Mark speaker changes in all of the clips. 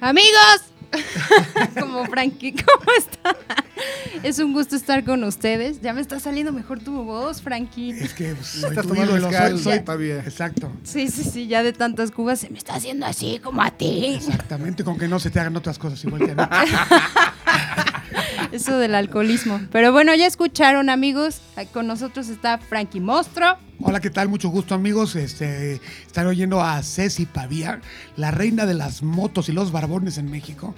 Speaker 1: Amigos, como Frankie, ¿cómo están? Es un gusto estar con ustedes. Ya me está saliendo mejor tu voz, Frankie.
Speaker 2: Es que pues, soy
Speaker 3: Estás
Speaker 2: tu
Speaker 3: tomando
Speaker 2: ídolo,
Speaker 3: mezcal,
Speaker 2: soy, soy-
Speaker 3: está bien.
Speaker 2: Exacto,
Speaker 1: Sí, sí, sí, ya de tantas cubas se me está haciendo así como a ti.
Speaker 2: exactamente, con que no se te hagan otras cosas igual que a mí.
Speaker 1: Eso del alcoholismo. Pero bueno, ya escucharon, amigos. Con nosotros está Frankie Mostro.
Speaker 2: Hola, ¿qué tal? Mucho gusto, amigos. Este, están oyendo a Ceci Pavía, la reina de las motos y los barbones en México.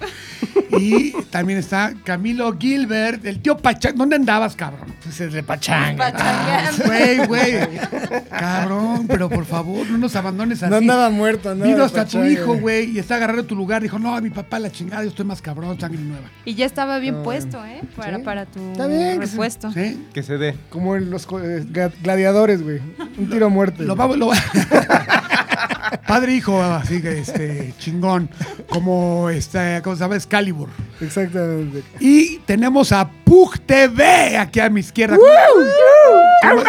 Speaker 2: Y también está Camilo Gilbert, el tío Pachanga. ¿Dónde andabas, cabrón? Ah,
Speaker 3: Ese es Pues, de pachanga.
Speaker 1: Pachangueando.
Speaker 2: Güey, güey. Cabrón, pero por favor, no nos abandones así.
Speaker 3: No andaba muerto, andaba
Speaker 2: Vino
Speaker 3: de
Speaker 2: hasta tu
Speaker 3: pachanga,
Speaker 2: hijo,
Speaker 3: güey.
Speaker 2: güey, y está agarrando tu lugar. Dijo, no, mi papá, la chingada, yo estoy más cabrón, sangre nueva.
Speaker 1: Y ya estaba bien
Speaker 2: Ah,
Speaker 1: puesto, ¿eh? Para,
Speaker 3: Sí.
Speaker 1: para tu
Speaker 3: Está bien que se-
Speaker 1: repuesto.
Speaker 2: ¿Sí?
Speaker 4: Que se dé.
Speaker 3: Como en los co- eh, ga- gladiadores, güey. Un tiro a muerte.
Speaker 2: Lo
Speaker 3: güey.
Speaker 2: vamos, lo va- Padre e hijo, así que este, chingón. Como este, ¿cómo se llama? Excalibur.
Speaker 3: Exactamente.
Speaker 2: Y tenemos a Pug TV aquí a mi izquierda. Como-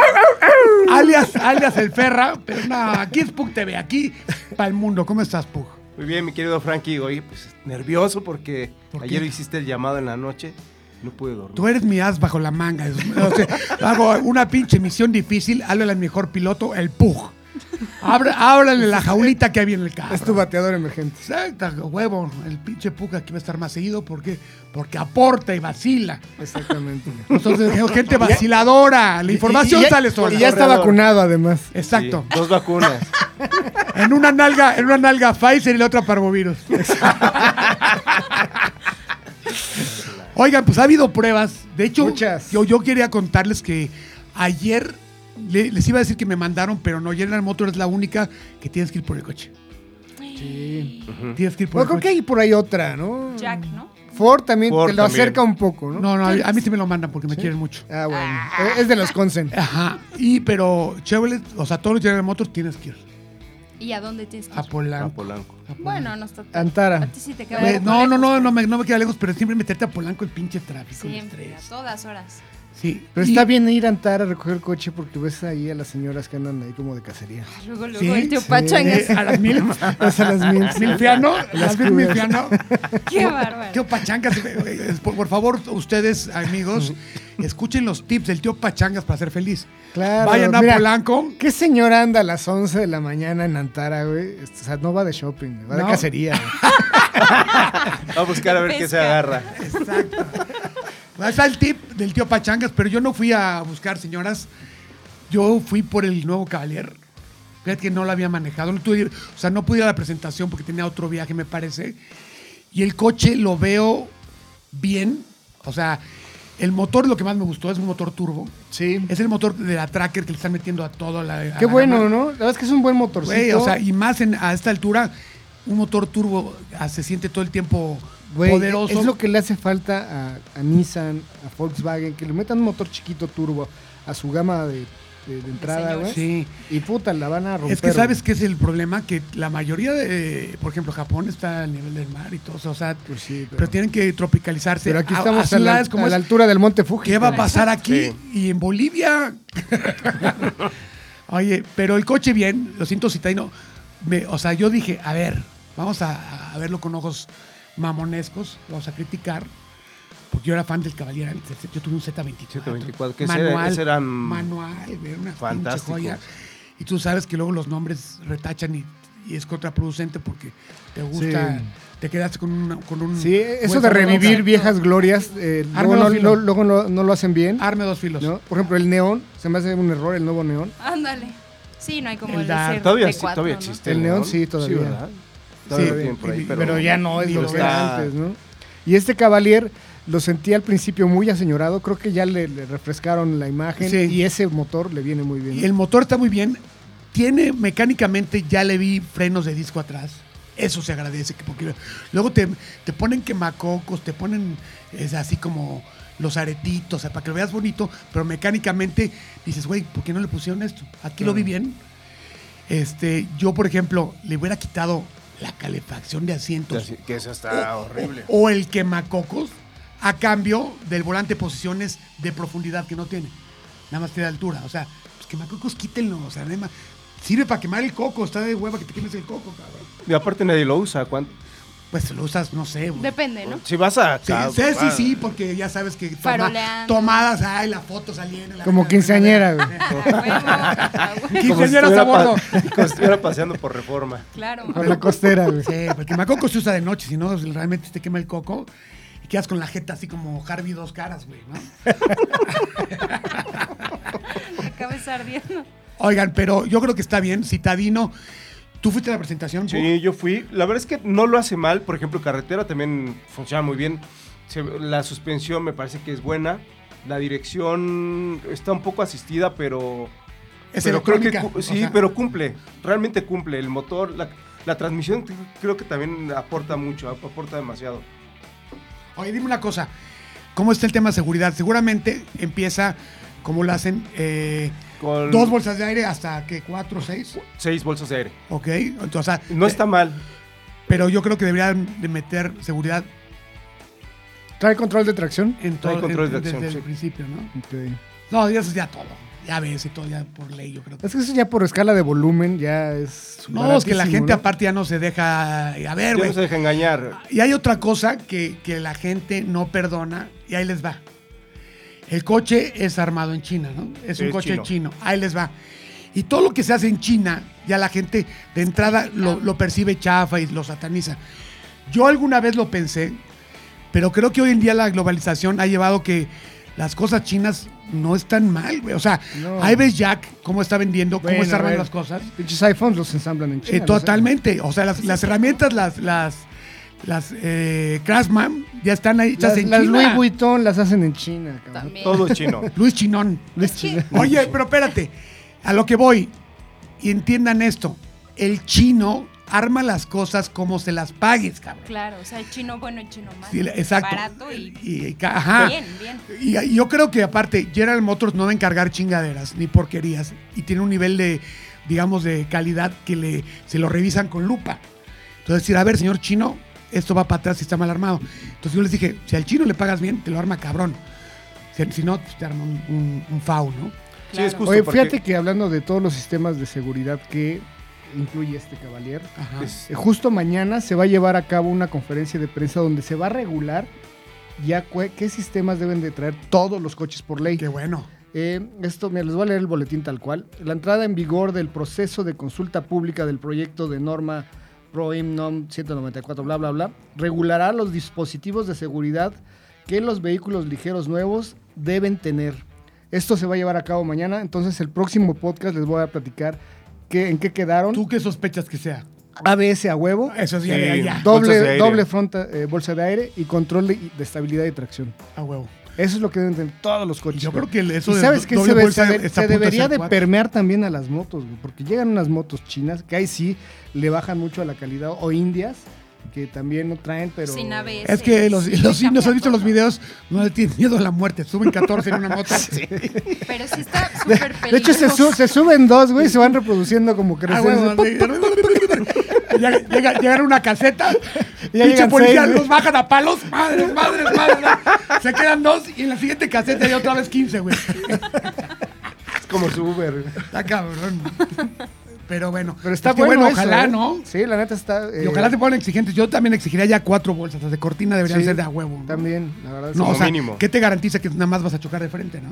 Speaker 2: alias, alias el Ferra, pero no, aquí es Pug TV, aquí para el mundo. ¿Cómo estás, Pug?
Speaker 4: Muy bien, mi querido Frankie. Oye, pues nervioso porque
Speaker 2: ¿Por
Speaker 4: ayer
Speaker 2: qué?
Speaker 4: hiciste el llamado en la noche. No pude dormir.
Speaker 2: Tú eres mi as bajo la manga. Es- o sea, hago una pinche misión difícil, háblale al mejor piloto, el Pug. Abra- Ábrale la jaulita que había en el carro.
Speaker 3: Es tu bateador emergente.
Speaker 2: Exacto, huevo. El pinche Puca aquí va a estar más seguido porque, porque aporta y vacila.
Speaker 3: Exactamente.
Speaker 2: Entonces, gente vaciladora. La información
Speaker 3: Y- y-
Speaker 2: sale sola.
Speaker 3: Y ya está
Speaker 4: Corredor.
Speaker 3: vacunado, además.
Speaker 4: Sí,
Speaker 2: Exacto.
Speaker 4: dos vacunas.
Speaker 2: En una nalga, en una nalga Pfizer y la otra parvovirus. Oigan, pues ha habido pruebas. De hecho,
Speaker 3: Muchas.
Speaker 2: Yo, yo quería contarles que ayer le- les iba a decir que me mandaron, pero no, General Motors es la única que tienes que ir por el coche.
Speaker 3: Sí. Pues,
Speaker 2: Tienes que ir por
Speaker 3: Bueno,
Speaker 2: el
Speaker 3: creo
Speaker 2: coche.
Speaker 3: que hay por ahí otra, ¿no?
Speaker 1: Jack, ¿no?
Speaker 3: Ford también
Speaker 4: Ford
Speaker 3: te lo
Speaker 4: también.
Speaker 3: acerca un poco, ¿no?
Speaker 2: No, no, a a mí sí me lo mandan porque me quieren mucho.
Speaker 3: Ah, bueno. Eh, Es de los consent.
Speaker 2: Ajá. Y pero Chevrolet, o sea, todos los General Motors tienes que ir
Speaker 1: ¿Y a dónde tienes que ir?
Speaker 2: a
Speaker 4: A
Speaker 2: Polanco.
Speaker 4: Polanco.
Speaker 2: A Polanco.
Speaker 1: Bueno, no está tan...
Speaker 3: Antara.
Speaker 1: A ti sí te queda
Speaker 2: Güey,
Speaker 1: algo
Speaker 2: no, no,
Speaker 1: lejos,
Speaker 2: no,
Speaker 1: pero-
Speaker 2: no me, no me queda lejos, pero siempre meterte a Polanco el pinche tráfico. el
Speaker 1: Siempre, a
Speaker 2: estrés.
Speaker 1: todas horas.
Speaker 2: Sí.
Speaker 3: Pero
Speaker 2: Y-
Speaker 3: está bien ir a Antara a recoger coche porque ves ahí a las señoras que andan ahí como de cacería.
Speaker 1: Luego, luego
Speaker 2: Sí,
Speaker 1: el tío
Speaker 2: sí.
Speaker 1: Pachanga.
Speaker 2: Eh, a las mil.
Speaker 3: Es a las mil.
Speaker 2: Milfiano, las mil
Speaker 3: cubas.
Speaker 2: milfiano.
Speaker 1: Qué bárbaro.
Speaker 2: Tío Pachangas, eh, eh, por, por favor, ustedes, amigos, escuchen los tips del tío Pachangas para ser feliz.
Speaker 3: Claro.
Speaker 2: Vayan a
Speaker 3: mira,
Speaker 2: Polanco.
Speaker 3: ¿Qué señora anda a las 11 de la mañana en Antara, güey? O sea, no va de shopping, güey, va
Speaker 2: No.
Speaker 3: de cacería. güey.
Speaker 4: Va a buscar a ver qué se
Speaker 1: Pesca.
Speaker 4: agarra.
Speaker 2: Exacto. Ahí está el tip del tío Pachangas, pero yo no fui a buscar señoras. Yo fui por el nuevo Cavalier. Fíjate que no lo había manejado. No tuve- o sea, no pude ir a la presentación porque tenía otro viaje, me parece. Y el coche lo veo bien. O sea, el motor lo que más me gustó es un motor turbo.
Speaker 3: Sí.
Speaker 2: Es el motor de la Tracker que le están metiendo a todo. La, a
Speaker 3: Qué
Speaker 2: la
Speaker 3: bueno,
Speaker 2: gama.
Speaker 3: ¿no? La verdad es que es un buen motorcito.
Speaker 2: Güey, o sea, y más en- a esta altura, un motor turbo ah, se siente todo el tiempo
Speaker 3: Güey,
Speaker 2: poderoso.
Speaker 3: Es lo que le hace falta a, a Nissan, a Volkswagen, que le metan un motor chiquito turbo a su gama de, de- de entrada, güey.
Speaker 1: señores.
Speaker 2: Sí.
Speaker 3: Y puta, la van a romper.
Speaker 2: Es que sabes
Speaker 3: güey.
Speaker 2: que es el problema que la mayoría de, por ejemplo, Japón está al nivel del mar y todo, eso, o sea,
Speaker 3: Pues sí,
Speaker 2: pero tienen que tropicalizarse.
Speaker 3: pero aquí
Speaker 2: a- a
Speaker 3: estamos a, la,
Speaker 2: ciudades como
Speaker 3: a la
Speaker 2: es-
Speaker 3: altura del Monte Fuji.
Speaker 2: ¿Qué va a
Speaker 3: güey.
Speaker 2: pasar aquí
Speaker 4: Sí.
Speaker 2: y en Bolivia? Oye, pero el coche bien, lo siento Citaino, me- o sea, yo dije, a ver, vamos a, a verlo con ojos mamonescos, vamos a criticar, porque yo era fan del Cavalier, antes, yo tuve un Z24.
Speaker 4: Z24, que ese era-
Speaker 2: manual,
Speaker 4: ese era, mm,
Speaker 2: manual, era una pinche
Speaker 4: fantástico.
Speaker 2: joya. Y tú sabes que luego los nombres retachan y, y es contraproducente porque te gusta,
Speaker 3: Sí.
Speaker 2: te quedas con, una- con un...
Speaker 3: Sí, eso
Speaker 2: buen
Speaker 3: de
Speaker 2: sabor boca.
Speaker 3: revivir viejas glorias, eh, luego,
Speaker 2: Arma
Speaker 3: no,
Speaker 2: dos filos.
Speaker 3: lo- luego no- no lo hacen bien.
Speaker 2: Arme dos filos.
Speaker 3: ¿no? Por ejemplo, el neón, se me hace un error el nuevo neón.
Speaker 1: Ándale. Sí, no hay como
Speaker 2: El
Speaker 1: el,
Speaker 2: Dark.
Speaker 1: de
Speaker 4: Todavía, sí,
Speaker 1: 4
Speaker 4: todavía existe.
Speaker 3: El neón, sí, todavía.
Speaker 4: ¿verdad? Todavía
Speaker 2: Sí,
Speaker 4: lo tienen por ahí,
Speaker 2: y-
Speaker 4: pero,
Speaker 3: pero ya no es
Speaker 4: ni
Speaker 3: lo
Speaker 4: lo
Speaker 3: que
Speaker 4: está.
Speaker 3: era antes, ¿no? Y este Cavalier Lo sentí al principio muy aseñorado, creo que ya le, le refrescaron la imagen
Speaker 2: Sí.
Speaker 3: y ese motor le viene muy bien.
Speaker 2: Y el motor está muy bien. Tiene mecánicamente, ya le vi frenos de disco atrás. Eso se agradece. que- Porque luego te, te ponen quemacocos, te ponen es así como los aretitos, o sea, para que lo veas bonito, pero mecánicamente dices, güey, ¿por qué no le pusieron esto? Aquí lo vi bien. Este, yo, por ejemplo, le hubiera quitado la calefacción de asientos
Speaker 4: Así Que eso está horrible.
Speaker 2: o el quemacocos a cambio del volante posiciones de profundidad que no tiene. Nada más tiene altura. O sea, pues quemacocos quítenlo. O sea, nada más- sirve para quemar el coco. Está de hueva que te quemes el coco, cabrón.
Speaker 4: Y aparte nadie lo usa. ¿cuán-
Speaker 2: Pues lo usas, no sé. güey.
Speaker 1: Depende, ¿no?
Speaker 4: Si vas a...
Speaker 2: Sí,
Speaker 4: ca-
Speaker 2: sí, sí,
Speaker 4: va-
Speaker 2: sí, porque ya sabes que toma-
Speaker 1: Faroleando.
Speaker 2: tomadas, ay, la foto saliendo. la-
Speaker 3: Como
Speaker 2: la-
Speaker 3: quinceañera, güey.
Speaker 1: A huevo, a huevo.
Speaker 4: como si
Speaker 2: Quinceañeras a
Speaker 4: estuviera pa-
Speaker 2: bordo.
Speaker 4: Como si estuviera paseando por reforma.
Speaker 1: Claro.
Speaker 3: Con la costera, güey.
Speaker 2: Sí, porque el quemacoco se usa de noche, si no realmente te quema el coco y quedas con la jeta así como Harvey dos caras, güey, ¿no?
Speaker 1: La cabeza ardiendo.
Speaker 2: Oigan, pero yo creo que está bien, Citadino. ¿Tú fuiste a la presentación? Buck?
Speaker 4: Sí, yo fui. La verdad es que no lo hace mal. Por ejemplo, carretera también funciona muy bien. Se- la suspensión me parece que es buena. La dirección está un poco asistida, pero...
Speaker 2: Es
Speaker 4: pero creo que
Speaker 2: electrónica,
Speaker 4: cu-
Speaker 2: o
Speaker 4: sí,
Speaker 2: sea.
Speaker 4: pero cumple. Realmente cumple. El motor, la, la transmisión t- creo que también aporta mucho, ap- aporta demasiado.
Speaker 2: Oye, dime una cosa. ¿Cómo está el tema de seguridad? Seguramente empieza, como lo hacen, eh,
Speaker 4: Con
Speaker 2: dos bolsas de aire hasta que cuatro o seis.
Speaker 4: seis bolsas de aire.
Speaker 2: Ok, entonces, o sea, eh,
Speaker 4: No está mal.
Speaker 2: pero yo creo que deberían de meter seguridad
Speaker 3: Trae control de tracción.
Speaker 2: en todo
Speaker 4: control
Speaker 2: en-
Speaker 4: de
Speaker 2: desde
Speaker 4: acción,
Speaker 2: el
Speaker 4: sí.
Speaker 2: principio, ¿no?
Speaker 3: Ok.
Speaker 2: No, ya eso es ya todo. Ya ves, y todo ya por ley, yo creo. que-
Speaker 3: Es que eso ya por escala de volumen ya es.
Speaker 2: No, es que la
Speaker 3: baratísimo,
Speaker 2: gente
Speaker 3: ¿no?
Speaker 2: aparte ya no se deja... eh, A ver,
Speaker 4: Ya
Speaker 2: güey.
Speaker 4: no se deja engañar.
Speaker 2: Y hay otra cosa que, que la gente no perdona, y ahí les va. El coche es armado en China, ¿no? Es un
Speaker 4: Es
Speaker 2: coche
Speaker 4: chino.
Speaker 2: chino. ahí les va. Y todo lo que se hace en China, ya la gente de entrada lo, lo percibe chafa y lo sataniza. Yo alguna vez lo pensé, pero creo que hoy en día la globalización ha llevado que las cosas chinas no están mal, güey. O sea,
Speaker 3: No.
Speaker 2: ahí ves Jack cómo está vendiendo, cómo
Speaker 3: Bueno,
Speaker 2: está
Speaker 3: a
Speaker 2: armando
Speaker 3: ver,
Speaker 2: las cosas.
Speaker 3: Pinches iPhones los ensamblan en
Speaker 2: Eh,
Speaker 3: China. no sé.
Speaker 2: totalmente. O sea, las, las herramientas, las, las, las eh, Craftsman ya están ahí hechas
Speaker 3: Las,
Speaker 2: en
Speaker 3: las
Speaker 2: China.
Speaker 3: Louis Vuitton las hacen en China, cabrón.
Speaker 1: También.
Speaker 4: Todo es chino.
Speaker 2: Luis Chinón.
Speaker 3: Luis
Speaker 1: Es que-
Speaker 3: China.
Speaker 2: Oye, pero espérate. A lo que voy. Y entiendan esto. El chino arma las cosas como se las pagues, cabrón.
Speaker 1: Claro, o sea, el chino bueno, el chino malo.
Speaker 2: Sí, exacto.
Speaker 1: Barato y
Speaker 2: Y- y ca- ajá.
Speaker 1: bien, bien.
Speaker 2: Y y yo creo que aparte General Motors no va a encargar chingaderas ni porquerías y tiene un nivel de, digamos, de calidad que le, se lo revisan con lupa. Entonces decir, a ver, señor chino, esto va para atrás y está mal armado. Entonces yo les dije, si al chino le pagas bien, te lo arma cabrón. Si, si no, pues, te arma un, un, un FAU, ¿no?
Speaker 4: Sí, es
Speaker 1: Claro.
Speaker 4: justo
Speaker 3: Oye,
Speaker 4: porque
Speaker 3: fíjate que hablando de todos los sistemas de seguridad que incluye este caballero,
Speaker 2: Ajá.
Speaker 4: es-
Speaker 3: eh, justo mañana se va a llevar a cabo una conferencia de prensa donde se va a regular ya cue- qué sistemas deben de traer todos los coches por ley.
Speaker 2: Qué bueno.
Speaker 3: Eh, esto, mira, les voy a leer el boletín tal cual. La entrada en vigor del proceso de consulta pública del proyecto de norma ProIM NOM 194, bla, bla, bla, regulará los dispositivos de seguridad que los vehículos ligeros nuevos deben tener. Esto se va a llevar a cabo mañana, entonces el próximo podcast les voy a platicar qué- en qué quedaron.
Speaker 2: ¿Tú qué sospechas que sea?
Speaker 3: ABS a huevo,
Speaker 2: Eso sí, ya,
Speaker 4: Sí.
Speaker 2: eh, ya, ya.
Speaker 4: eh, Bolsas de
Speaker 3: doble,
Speaker 4: aire.
Speaker 3: doble fronta, eh, bolsa de aire y control de, de estabilidad y tracción.
Speaker 2: A huevo.
Speaker 3: Eso es lo que deben tener todos los coches.
Speaker 2: Yo
Speaker 3: güey.
Speaker 2: creo que eso
Speaker 3: ¿Y
Speaker 2: de
Speaker 3: sabes que
Speaker 2: doble
Speaker 3: se, ve-
Speaker 2: bolsa
Speaker 3: se ve-
Speaker 2: está
Speaker 3: se
Speaker 2: a punto
Speaker 3: debería
Speaker 2: ser
Speaker 3: de
Speaker 2: cuatro.
Speaker 3: permear también a las motos, güey, porque llegan unas motos chinas que ahí sí le bajan mucho a la calidad, o indias, que también no traen, pero...
Speaker 1: pues, Sin ABS.
Speaker 2: Es que los,
Speaker 1: Sí,
Speaker 2: los
Speaker 1: cambia
Speaker 2: indios, ¿has visto
Speaker 1: todo.
Speaker 2: los videos? No le tienen miedo a la muerte. Suben 14 en una moto.
Speaker 1: Pero sí está súper peligroso.
Speaker 3: De hecho, se, su- se suben dos, güey, y se van reproduciendo como
Speaker 2: Ah,
Speaker 3: crecen.
Speaker 2: bueno, llega, llega, llegan a una caseta,
Speaker 3: Ya
Speaker 2: pinche
Speaker 3: llegan
Speaker 2: policía,
Speaker 3: seis, güey.
Speaker 2: los bajan a palos, madres, madres, madres. madres. Se quedan dos y en la siguiente caseta ya otra vez 15, güey.
Speaker 4: es como su Uber.
Speaker 2: Está cabrón. Pero bueno.
Speaker 3: pero está
Speaker 2: es que
Speaker 3: bueno, eso,
Speaker 2: Ojalá,
Speaker 3: ¿eh?
Speaker 2: ¿no?
Speaker 3: Sí, la neta está...
Speaker 2: Y
Speaker 3: eh,
Speaker 2: ojalá se pongan exigentes. Yo también exigiría ya cuatro bolsas. Las de cortina deberían
Speaker 3: sí,
Speaker 2: ser de a huevo. ¿no?
Speaker 3: También, la verdad.
Speaker 2: No,
Speaker 4: Como
Speaker 2: o sea,
Speaker 4: mínimo.
Speaker 2: ¿qué te garantiza que nada más vas a chocar de frente, no?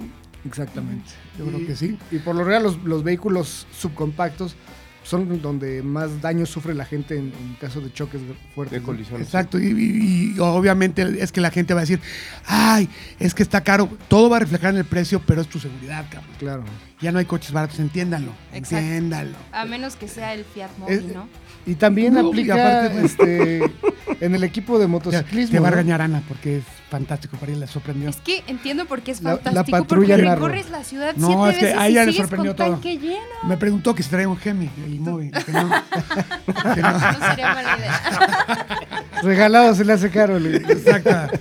Speaker 3: exactamente.
Speaker 2: Yo creo que sí.
Speaker 3: Y por lo real, los, los vehículos subcompactos son donde más daño sufre la gente en, en caso de choques fuertes.
Speaker 4: De
Speaker 3: ¿no?
Speaker 4: colisiones.
Speaker 2: Exacto, y, y- y obviamente es que la gente va a decir, ay, es que está caro. Todo va a reflejar en el precio, pero es tu seguridad, cabrón.
Speaker 3: Claro.
Speaker 2: Ya no hay coches baratos, entiéndanlo.
Speaker 1: Exacto.
Speaker 2: Entiéndanlo.
Speaker 1: A menos que sea el Fiat Mobi,
Speaker 3: Es-
Speaker 2: eh,
Speaker 1: ¿no?
Speaker 3: Y también
Speaker 2: No, y
Speaker 3: aplica
Speaker 2: aparte, pues-
Speaker 3: este, en el equipo de
Speaker 2: Ya,
Speaker 3: motociclismo.
Speaker 2: Te va a
Speaker 3: ¿no?
Speaker 2: regañar Ana porque es fantástico para ella, la sorprendió.
Speaker 1: Es que entiendo por qué es
Speaker 3: La- la
Speaker 1: fantástico,
Speaker 3: patrulla
Speaker 1: porque
Speaker 3: narra.
Speaker 1: recorres la ciudad
Speaker 2: No,
Speaker 1: siete
Speaker 2: es que
Speaker 1: veces
Speaker 2: a
Speaker 1: y
Speaker 2: ella le
Speaker 1: sigues
Speaker 2: sorprendió
Speaker 1: con
Speaker 2: todo.
Speaker 1: tanque lleno.
Speaker 2: Me preguntó que si traía un Gemi, el móvil. que no. Que no.
Speaker 1: No sería mala idea.
Speaker 3: Regalado se le hace caro. le-
Speaker 2: Exacto.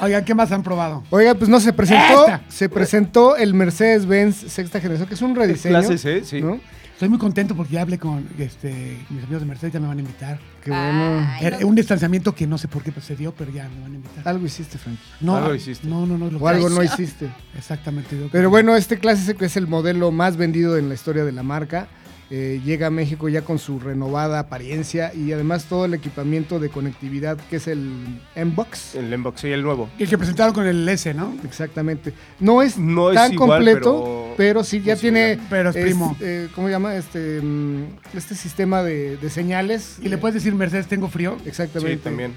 Speaker 2: Oigan, ¿qué más han probado?
Speaker 3: Oiga, pues no, se presentó,
Speaker 2: Esta.
Speaker 3: se presentó el Mercedes-Benz sexta generación, que es un rediseño.
Speaker 4: Clase C, sí.
Speaker 3: ¿no?
Speaker 2: Estoy muy contento porque ya hablé con este, mis amigos de Mercedes, ya me van a invitar.
Speaker 3: Que bueno.
Speaker 1: Ay,
Speaker 2: Era
Speaker 1: no.
Speaker 2: un distanciamiento que no sé por qué pues, se dio, pero ya me van a invitar.
Speaker 3: Algo hiciste, Frank.
Speaker 2: No,
Speaker 4: Algo hiciste.
Speaker 2: No, no, no. lo
Speaker 3: O algo
Speaker 2: que-
Speaker 3: no hiciste.
Speaker 2: Exactamente. yo-
Speaker 3: Pero bueno, este clase C, que es el modelo más vendido en la historia de la marca. eh, llega a México ya con su renovada apariencia y además todo el equipamiento de conectividad que es el M-Box.
Speaker 4: El inbox y el nuevo.
Speaker 2: El que presentaron con el S, ¿no?
Speaker 3: Exactamente. No es
Speaker 4: No es
Speaker 3: tan
Speaker 4: igual,
Speaker 3: completo, pero,
Speaker 4: pero-
Speaker 3: sí ya
Speaker 4: es
Speaker 3: tiene.
Speaker 2: Pero es primo.
Speaker 3: eh, ¿Cómo se llama? Este, mm, este sistema de, de señales.
Speaker 2: Y le puedes decir, Mercedes, tengo frío.
Speaker 3: Exactamente.
Speaker 4: Sí, también.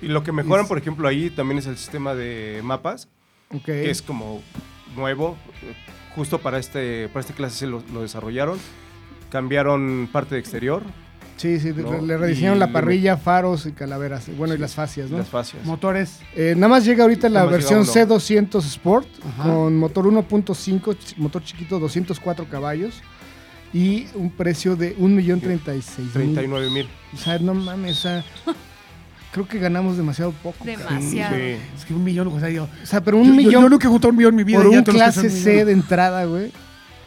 Speaker 4: Y lo que mejoran,
Speaker 3: Es-
Speaker 4: por ejemplo, ahí también es el sistema de mapas,
Speaker 3: Ok.
Speaker 4: que es como nuevo. eh, Justo para este, para este clase C lo, lo desarrollaron. Cambiaron parte de exterior,
Speaker 3: Sí, sí,
Speaker 4: ¿no?
Speaker 3: le- le rediseñaron
Speaker 4: Y
Speaker 3: la
Speaker 4: le-
Speaker 3: parrilla, faros y calaveras. Bueno, y las fascias, ¿no?
Speaker 4: las fascias.
Speaker 2: Motores.
Speaker 3: Eh, nada más llega ahorita la
Speaker 4: Nada más llega
Speaker 3: versión
Speaker 4: uno.
Speaker 3: C200 Sport
Speaker 2: Ajá.
Speaker 3: con motor 1.5, ch- motor chiquito, 204 caballos y un precio de 1.036.000.
Speaker 4: 39 mil.
Speaker 3: O sea, no mames, o sea, creo que ganamos demasiado poco. cabrón.
Speaker 1: Demasiado.
Speaker 2: Es que un millón, o sea, yo.
Speaker 3: O sea, pero
Speaker 2: yo-
Speaker 3: un
Speaker 2: yo-
Speaker 3: millón
Speaker 2: Yo, nunca he juntado un millón en mi vida.
Speaker 3: por
Speaker 2: y ya
Speaker 3: un
Speaker 2: todos los que son
Speaker 3: clase C
Speaker 2: millones.
Speaker 3: de entrada, güey.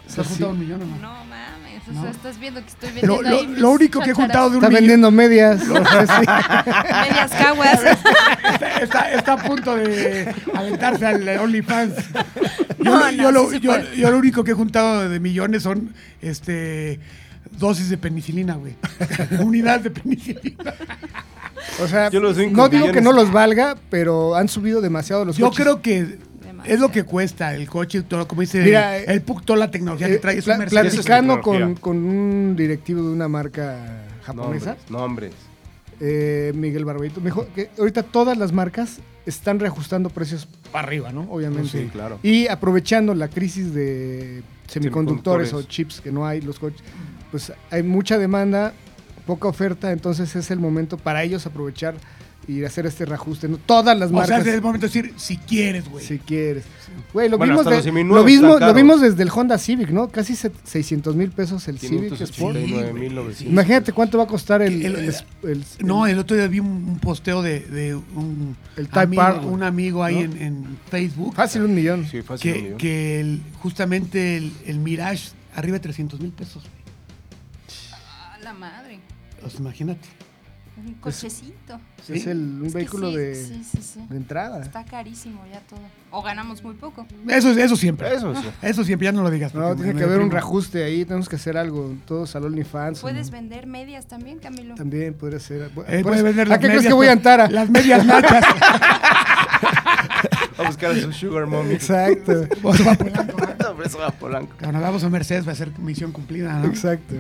Speaker 2: ¿Has juntado un millón o no?
Speaker 1: No mames, o
Speaker 2: No.
Speaker 1: sea, estás viendo que estoy
Speaker 2: Lo,
Speaker 1: vendiendo
Speaker 2: lo-
Speaker 1: ahí mis
Speaker 2: lo único que he juntado de un
Speaker 3: Está
Speaker 2: millón
Speaker 3: vendiendo medias. o sea, sí.
Speaker 1: chácharas, medias caguas.
Speaker 2: está, está- está a punto de aventarse al OnlyFans. Yo,
Speaker 1: No,
Speaker 2: lo-
Speaker 1: no,
Speaker 2: yo lo,
Speaker 1: sí se
Speaker 2: yo-
Speaker 1: puede.
Speaker 2: yo lo único que he juntado de millones son este dosis de penicilina, güey. Unidades de penicilina.
Speaker 3: O sea,
Speaker 4: Yo los cinco
Speaker 3: no digo
Speaker 4: millones.
Speaker 3: que no los valga, pero han subido demasiado los
Speaker 2: Yo
Speaker 3: coches.
Speaker 2: creo que es lo
Speaker 1: Demasiado.
Speaker 2: que cuesta el coche, todo, como dice
Speaker 3: Mira, eh,
Speaker 2: el PUC, toda la tecnología que
Speaker 3: Eh,
Speaker 2: trae. Es
Speaker 3: pla-
Speaker 2: un Mercedes.
Speaker 3: platicando
Speaker 4: Eso es
Speaker 3: con,
Speaker 4: tecnología.
Speaker 3: con un directivo de una marca japonesa,
Speaker 4: Nombres, nombres.
Speaker 3: eh, Miguel Barbeito, me dijo que ahorita todas las marcas están reajustando precios para arriba, ¿no? Obviamente.
Speaker 4: Pues sí, claro.
Speaker 3: Y aprovechando la crisis de semiconductores
Speaker 4: Semiconductores.
Speaker 3: o chips que no hay, los coches, pues hay mucha demanda, poca oferta, entonces es el momento para ellos aprovechar y hacer este reajuste, ¿no? Todas las
Speaker 2: O sea,
Speaker 3: marcas.
Speaker 2: es el momento de decir, si quieres, güey.
Speaker 3: Si quieres. Güey, lo,
Speaker 4: Bueno,
Speaker 3: vimos
Speaker 4: hasta
Speaker 3: de-
Speaker 4: los semi
Speaker 3: lo,
Speaker 4: nuevos
Speaker 3: vimos,
Speaker 4: están
Speaker 3: lo
Speaker 4: caros.
Speaker 3: vimos desde el Honda Civic, ¿no? Casi se- 600 mil pesos el Civic Sport.
Speaker 4: 589 mil 900.
Speaker 3: Imagínate cuánto va a costar el...
Speaker 2: El-
Speaker 3: el- el-
Speaker 2: No, el otro día vi un, un posteo de, de un,
Speaker 3: El Type
Speaker 2: amigo,
Speaker 3: R, güey.
Speaker 2: un amigo ahí
Speaker 3: ¿No? Ah,
Speaker 2: en, en Facebook
Speaker 3: Fácil un millón.
Speaker 4: Sí, fácil.
Speaker 2: que,
Speaker 4: ¿no?
Speaker 2: que el- justamente el, el Mirage arriba de 300 mil pesos.
Speaker 1: A la madre.
Speaker 2: O sea, imagínate.
Speaker 1: Un cochecito.
Speaker 2: Sí.
Speaker 3: Es el, un
Speaker 1: Es que
Speaker 3: vehículo
Speaker 1: sí,
Speaker 3: de,
Speaker 1: Sí, sí, sí.
Speaker 3: de entrada.
Speaker 1: Está carísimo ya todo. O ganamos muy poco.
Speaker 2: Eso, eso siempre. Eso.
Speaker 4: Eso sí.
Speaker 2: siempre, ya no lo digas.
Speaker 3: No,
Speaker 2: porque
Speaker 3: tiene
Speaker 2: me
Speaker 3: que haber un
Speaker 2: deprimo.
Speaker 3: reajuste ahí, tenemos que hacer algo. Todos al OnlyFans.
Speaker 1: Puedes
Speaker 3: ¿no?
Speaker 1: vender medias también, Camilo.
Speaker 3: También podría ser.
Speaker 2: Eh,
Speaker 3: Por
Speaker 2: puede
Speaker 3: eso-
Speaker 2: vender
Speaker 3: ¿A
Speaker 2: las
Speaker 3: qué
Speaker 2: medias,
Speaker 3: crees
Speaker 2: pues.
Speaker 3: que voy a entrar? a-
Speaker 2: Las medias nachas.
Speaker 4: A buscar a su Sugar Mommy.
Speaker 3: Exacto,
Speaker 2: Vos pues, va Polanco.
Speaker 4: Por eso va a Polanco.
Speaker 2: Cuando vamos a Mercedes va a ser misión cumplida, ¿no?
Speaker 3: exacto.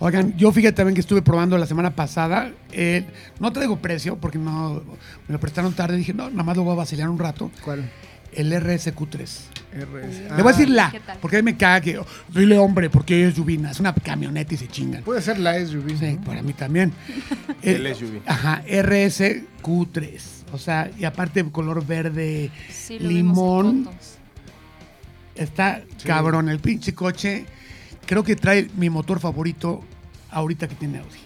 Speaker 2: Oigan, yo fíjate también que estuve probando la semana pasada. eh, no traigo precio porque no me lo prestaron tarde. Dije, no, nada más lo voy a vacilar un rato.
Speaker 3: ¿Cuál? Ah,
Speaker 2: El RSQ3.
Speaker 3: RS.
Speaker 2: Le voy a decir la,
Speaker 1: Ah. ¿qué tal?
Speaker 2: porque a mí me caga que oh, dile hombre, porque es Lluvina, es una camioneta y se chingan.
Speaker 1: Pues,
Speaker 3: Puede ser la SUV.
Speaker 2: Sí, para mí también.
Speaker 4: El SUV.
Speaker 2: Ajá, RSQ3. O sea, y aparte color verde,
Speaker 1: Sí, lo vimos en
Speaker 2: limón.
Speaker 1: fotos.
Speaker 2: Está cabrón el pinche coche. Creo que trae mi motor favorito ahorita que tiene Audi.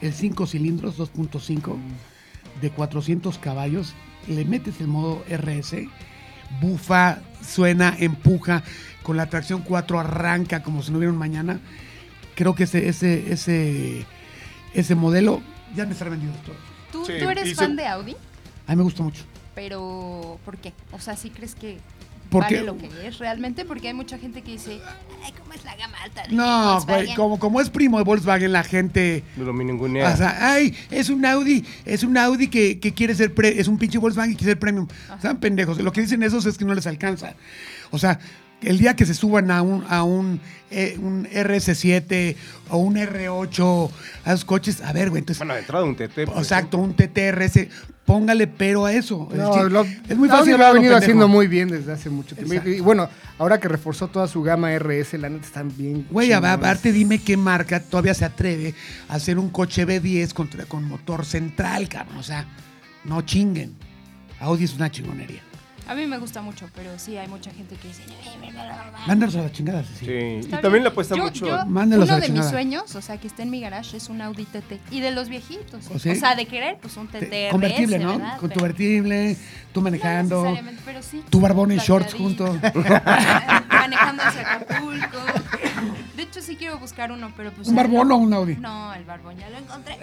Speaker 2: El 5 cilindros 2.5 de 400 caballos. Le metes el modo RS, bufa, suena, empuja. Con la tracción 4 arranca como si no hubiera un mañana. Creo que ese, ese, ese, ese modelo ya me está vendido todo.
Speaker 1: ¿Tú,
Speaker 4: Sí,
Speaker 1: tú eres
Speaker 4: y
Speaker 1: fan
Speaker 4: se-
Speaker 1: de Audi,
Speaker 2: A mí me gusta mucho.
Speaker 1: pero ¿por qué? O sea, ¿sí crees que
Speaker 2: Porque-
Speaker 1: vale lo que es realmente? Porque hay mucha gente que dice, ay, ¿cómo es la gama alta? de
Speaker 2: No,
Speaker 1: Volkswagen?"
Speaker 2: güey, como, como es primo de Volkswagen, la gente...
Speaker 4: No lo
Speaker 2: O
Speaker 4: ningunea.
Speaker 2: sea, ay, es un Audi, es un Audi que, que quiere ser, pre- es un pinche Volkswagen que quiere ser premium. Están pendejos. Lo que dicen esos es que no les alcanza. O sea, el día que se suban a un, a un, eh, un RS7 o un R8 a esos coches, a ver, güey, entonces...
Speaker 4: Bueno, eh, pues, de entrada un TT. por
Speaker 2: Exacto, un TTRS, póngale pero a eso. Es
Speaker 3: No,
Speaker 2: que
Speaker 3: lo-
Speaker 2: es muy fácil.
Speaker 3: Audi lo ha
Speaker 2: hablarlo,
Speaker 3: venido
Speaker 2: pendejo.
Speaker 3: haciendo muy bien desde hace mucho tiempo.
Speaker 2: Exacto.
Speaker 3: Y bueno, ahora que reforzó toda su gama RS, la neta están bien.
Speaker 2: Güey,
Speaker 3: chingones.
Speaker 2: aparte dime qué marca todavía se atreve a hacer un coche B10 contra- con motor central, cabrón. O sea, no chinguen. Audi es una chingonería.
Speaker 1: A mí me gusta mucho, pero sí hay mucha gente que dice. "Ay, me- me- me- me- me".
Speaker 2: Mándanos a la chingada, sí.
Speaker 4: Sí, y
Speaker 1: Está
Speaker 4: también
Speaker 1: bien.
Speaker 4: le apuesta
Speaker 1: Yo-
Speaker 4: mucho.
Speaker 1: yo-
Speaker 2: Mándelos a
Speaker 1: uno de
Speaker 2: la
Speaker 1: mis
Speaker 2: chingada.
Speaker 1: sueños, o sea, que esté en mi garage, es un Audi TT. Y de los viejitos. ¿eh?
Speaker 2: O
Speaker 1: O
Speaker 2: sea,
Speaker 1: sea, de querer, pues un TT.
Speaker 2: ¿Oh, Convertible, ¿no?
Speaker 1: ¿verdad?
Speaker 2: Con
Speaker 1: Pero-
Speaker 2: convertible, tú
Speaker 1: No
Speaker 2: manejando,
Speaker 1: necesariamente, pero sí.
Speaker 2: tu barbón en shorts
Speaker 1: Plateadito.
Speaker 2: junto.
Speaker 1: Manejando hacia Acapulco. De hecho, sí quiero buscar uno, pero pues.
Speaker 2: ¿Un
Speaker 1: ya
Speaker 2: barbón
Speaker 1: no.
Speaker 2: o un Audi? Ah,
Speaker 1: No, el barbón ya lo encontré.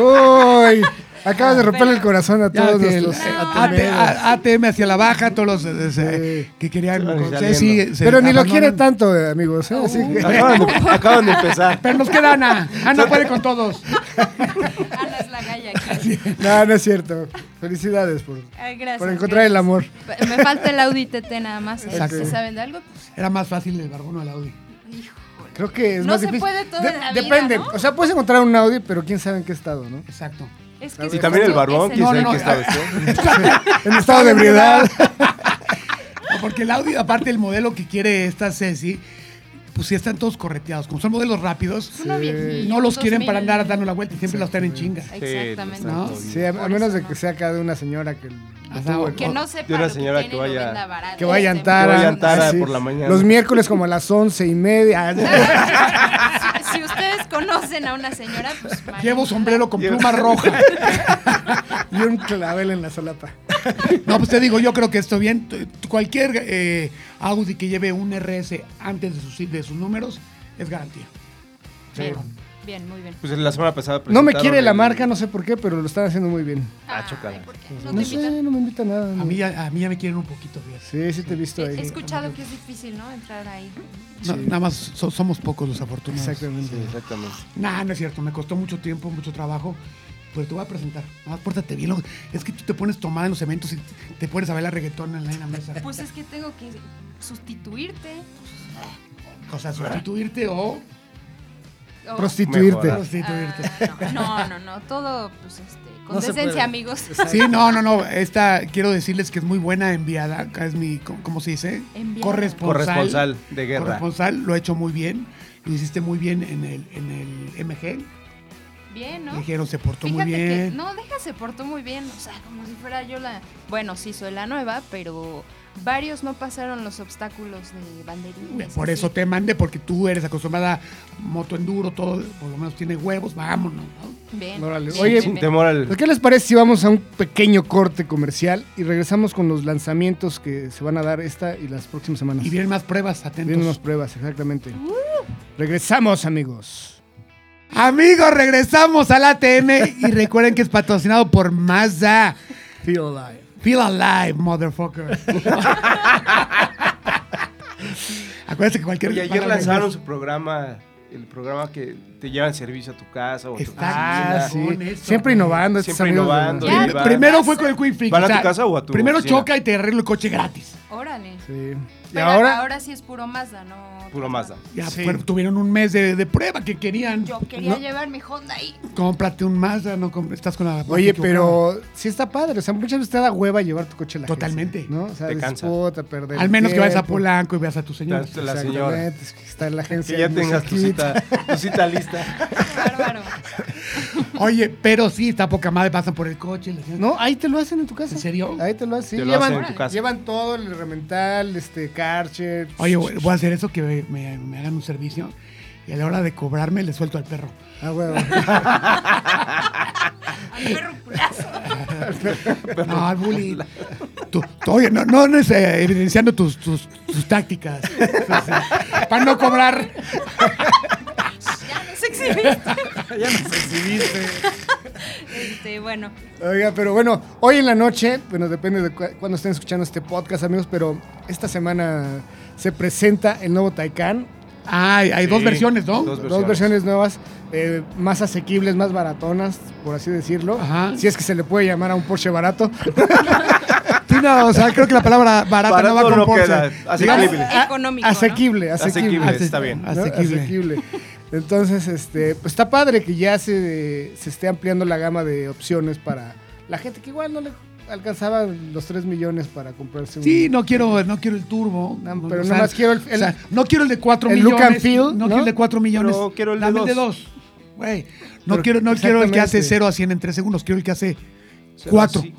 Speaker 3: Uy, acabas de romperle
Speaker 1: Pero-
Speaker 3: el corazón a
Speaker 2: Ya
Speaker 3: todos
Speaker 2: que
Speaker 3: nuestros
Speaker 2: el-
Speaker 3: ateneos.
Speaker 2: AT- ATM hacia la baja, todos los eh, se-
Speaker 3: Sí.
Speaker 2: que querían
Speaker 4: Sí,
Speaker 2: con
Speaker 4: saliendo.
Speaker 2: Ceci. se
Speaker 3: Pero ni lo quiere
Speaker 2: abandonan.
Speaker 3: tanto, eh, amigos. ¿eh? Así que-
Speaker 4: Acaban de, acaban de empezar.
Speaker 2: Pero nos queda Ana. Ana puede con todos.
Speaker 1: Ana Ah, es la galla aquí.
Speaker 3: no, no es cierto. Felicidades por,
Speaker 1: Ay, gracias.
Speaker 3: por encontrar el
Speaker 1: gracias.
Speaker 3: amor.
Speaker 1: Pa- Me falta el Audi TT nada más. ¿eh?
Speaker 2: Exacto.
Speaker 1: Si saben de algo, pues,
Speaker 2: Era más fácil el barbón o el Audi.
Speaker 1: híjole.
Speaker 3: Creo que es
Speaker 1: No
Speaker 3: más
Speaker 1: se
Speaker 3: difícil.
Speaker 1: puede todo en la vida,
Speaker 3: depende.
Speaker 1: ¿no?
Speaker 3: O sea, puedes encontrar un Audi, pero quién sabe en qué estado, ¿no?
Speaker 2: Exacto.
Speaker 1: Es que
Speaker 3: Y
Speaker 1: sí,
Speaker 4: también el
Speaker 1: justo
Speaker 4: barbón,
Speaker 1: es
Speaker 4: quién
Speaker 2: No,
Speaker 4: sabe
Speaker 2: no, no.
Speaker 4: qué está vestido.
Speaker 3: En estado de ebriedad.
Speaker 2: No, Porque el Audi, aparte del modelo que quiere esta Ceci, pues sí están todos correteados. Como son modelos rápidos,
Speaker 1: Es uno viejillo,
Speaker 2: no los quieren
Speaker 1: 2000.
Speaker 2: para andar dando la vuelta y siempre los traen en chinga.
Speaker 1: Exactamente.
Speaker 2: ¿no?
Speaker 4: exacto.
Speaker 3: Sí, a, a
Speaker 1: Por
Speaker 3: menos
Speaker 1: eso
Speaker 3: de
Speaker 1: no.
Speaker 3: que sea acá de una señora que,
Speaker 2: Ajá, o-
Speaker 1: Que no
Speaker 4: De
Speaker 1: sepa
Speaker 4: una
Speaker 1: lo que
Speaker 4: señora
Speaker 1: tiene,
Speaker 4: que
Speaker 1: lo
Speaker 4: vaya-
Speaker 1: venda barato.
Speaker 3: que vaya a
Speaker 1: Este,
Speaker 3: Antara.
Speaker 4: Que vaya a Antara
Speaker 3: ah, sí.
Speaker 4: por la mañana.
Speaker 3: Los miércoles como a las once y media. ah,
Speaker 1: si, si ustedes conocen a una señora, pues
Speaker 2: Ah, Llevo
Speaker 1: manejenla.
Speaker 2: sombrero con
Speaker 4: Llevo-
Speaker 2: pluma roja.
Speaker 3: y un clavel en la solapa.
Speaker 2: No, pues te digo, yo creo que esto bien. T- Cualquier eh, Audi que lleve un RS antes de sus, de sus números es garantía.
Speaker 1: Bien, bien, muy bien.
Speaker 4: Pues la semana pasada
Speaker 3: No me
Speaker 4: presentaron
Speaker 3: quiere la
Speaker 4: el-
Speaker 3: marca, no sé por qué, pero lo están haciendo muy bien.
Speaker 4: Ah,
Speaker 1: Ay,
Speaker 4: chócala.
Speaker 1: ¿por qué? No
Speaker 3: No
Speaker 1: te
Speaker 3: sé,
Speaker 1: invitan.
Speaker 3: no me invita a nada.
Speaker 2: A
Speaker 3: no.
Speaker 2: mí ya, a mí ya me quieren un poquito, fíjate.
Speaker 3: Sí, sí te he visto
Speaker 1: He he
Speaker 3: ahí.
Speaker 1: escuchado que es difícil, ¿no? Entrar ahí.
Speaker 2: No, nada más so- somos pocos los afortunados.
Speaker 3: Exactamente.
Speaker 4: Sí, exactamente.
Speaker 2: Nah, no es cierto, me costó mucho tiempo, mucho trabajo. Pero te voy a presentar. Nada más pórtate bien. lo- Es que tú te pones tomada en los eventos y te- te pones a bailar reggaetón en la en la mesa.
Speaker 1: Pues es que tengo que sustituirte.
Speaker 2: O sea, sustituirte o
Speaker 1: o-
Speaker 3: Prostituirte.
Speaker 4: Mejor,
Speaker 2: prostituirte.
Speaker 1: Ah, no, no, no, no, todo, pues, este, con
Speaker 3: No se puede.
Speaker 1: decencia, amigos.
Speaker 2: Sí, no, no, no. Esta quiero decirles que es muy buena enviada. acá Es mi, ¿cómo cómo se dice?
Speaker 1: Enviada.
Speaker 2: Corresponsal.
Speaker 4: Corresponsal de guerra.
Speaker 2: Corresponsal, lo ha hecho muy bien. Lo hiciste muy bien en el, en el MG.
Speaker 1: Bien, ¿no?
Speaker 2: Dijeron, se portó
Speaker 1: Fíjate
Speaker 2: muy
Speaker 1: que,
Speaker 2: bien.
Speaker 1: no, deja, se portó muy bien, o sea, como si fuera yo la, bueno, sí soy la nueva, pero varios no pasaron los obstáculos de banderines.
Speaker 2: Por
Speaker 1: así.
Speaker 2: eso te mandé, porque tú eres acostumbrada a moto enduro, todo, por lo menos tiene huevos, vámonos. ¿no?
Speaker 1: Bien.
Speaker 3: Órale.
Speaker 1: bien,
Speaker 3: Oye,
Speaker 1: bien,
Speaker 4: Sin
Speaker 1: bien.
Speaker 4: temor al.
Speaker 3: Pues, ¿Qué les parece si vamos a un pequeño corte comercial y regresamos con los lanzamientos que se van a dar esta y las próximas semanas?
Speaker 2: Y vienen más pruebas, atentos.
Speaker 3: Vienen unas pruebas, exactamente. Regresamos, amigos.
Speaker 2: Amigos, regresamos al ATM y recuerden que es patrocinado por Mazda.
Speaker 3: Feel alive.
Speaker 2: Feel alive, motherfucker. Acuérdense que cualquier
Speaker 4: Oye, ayer lanzaron su programa, el programa que te llevan servicio a tu casa o a tu
Speaker 2: Está-
Speaker 4: casa.
Speaker 3: Ah,
Speaker 2: Ah,
Speaker 3: sí.
Speaker 2: con eso,
Speaker 3: Siempre
Speaker 2: güey.
Speaker 3: innovando. estos
Speaker 4: Siempre
Speaker 3: amigos de la-
Speaker 4: innovando.
Speaker 1: Ya.
Speaker 4: y van.
Speaker 2: Primero fue con el Quick Fix.
Speaker 4: ¿Van a tu casa o a tu
Speaker 2: Primero
Speaker 4: oficina?
Speaker 2: choca y te arreglo el coche gratis.
Speaker 1: Órale.
Speaker 3: Sí. Y
Speaker 1: Pero
Speaker 3: ahora,
Speaker 1: ahora, sí es puro Mazda, ¿no?
Speaker 4: Puro Mazda.
Speaker 2: Ya
Speaker 3: Sí.
Speaker 2: fueron- tuvieron un mes de, de prueba que querían.
Speaker 1: Yo quería
Speaker 3: No.
Speaker 1: llevar mi Honda ahí.
Speaker 2: Cómprate un Mazda, no compr- estás con la.
Speaker 3: Oye, pero sí está padre. O sea, muchas veces te da hueva llevar tu coche a la agencia,
Speaker 2: Totalmente.
Speaker 3: ¿no? O sea,
Speaker 4: Te
Speaker 3: dices,
Speaker 4: cansa.
Speaker 3: puta, perder
Speaker 2: Al
Speaker 3: el
Speaker 2: menos que vayas a
Speaker 3: tiempo.
Speaker 2: Polanco y veas a tu señora.
Speaker 4: Las- la señora.
Speaker 3: Exactamente, es que Está en la agencia.
Speaker 4: Que ya
Speaker 3: muy
Speaker 4: tengas tu
Speaker 3: cerquita.
Speaker 4: cita, tu cita lista.
Speaker 1: Qué bárbaro.
Speaker 2: Oye, pero sí, está poca madre, pasan por el coche. le dicen,
Speaker 3: No, ahí te lo hacen en tu casa.
Speaker 2: ¿En serio?
Speaker 3: Ahí te lo hacen. sí.
Speaker 4: Te lo
Speaker 3: llevan,
Speaker 4: hacen en tu casa.
Speaker 3: llevan todo el remental, este, Karcher.
Speaker 2: Oye, voy voy a hacer eso que me, me hagan un servicio y a la hora de cobrarme le suelto al perro.
Speaker 3: Ah, huevo.
Speaker 1: Al perro culazo.
Speaker 2: No, al bully. Tú- tú- oye, no, no andes, eh, evidenciando tus, tus, tus tácticas. Para no cobrar.
Speaker 1: Ya nos exhibiste.
Speaker 4: ya nos exhibiste.
Speaker 1: Este, bueno,
Speaker 3: Oiga, pero bueno, hoy en la noche, bueno, depende de cu- cuándo estén escuchando este podcast, amigos, pero esta semana se presenta el nuevo Taycan.
Speaker 2: Ay, hay dos
Speaker 4: Sí,
Speaker 2: versiones, ¿no?
Speaker 4: dos
Speaker 3: Dos versiones nuevas, eh, más asequibles, más baratonas, por así decirlo.
Speaker 2: Ajá.
Speaker 3: Si es que se le puede llamar a un Porsche barato.
Speaker 2: Sí, Sí, no, o sea, creo que la palabra barata no
Speaker 4: Barato
Speaker 2: va con
Speaker 4: no
Speaker 2: Porsche.
Speaker 4: queda.
Speaker 2: Digamos,
Speaker 4: Asequible.
Speaker 2: a-
Speaker 1: Económico, ¿no?
Speaker 3: Asequible, asequible.
Speaker 4: Asequible, está bien.
Speaker 3: ¿no?
Speaker 2: Asequible.
Speaker 3: Asequible. Entonces, este, pues está padre que ya se, se esté ampliando la gama de opciones para la gente que igual no le alcanzaba los 3 millones para comprarse un...
Speaker 2: Sí, no quiero, no quiero el turbo.
Speaker 3: No, pero nomás quiero el-
Speaker 2: o sea, no quiero el de 4
Speaker 3: el
Speaker 2: millones.
Speaker 3: look and feel,
Speaker 2: no,
Speaker 3: ¿no?
Speaker 2: quiero el de 4 millones.
Speaker 4: Pero quiero el de
Speaker 2: Dame el de
Speaker 4: dos.
Speaker 2: 2. Güey. No,
Speaker 3: Pero-
Speaker 2: quiero, no quiero el que hace
Speaker 3: exactamente.
Speaker 2: 0 a 100 en 3 segundos. Quiero el que hace
Speaker 4: Cero
Speaker 2: 4.
Speaker 4: así.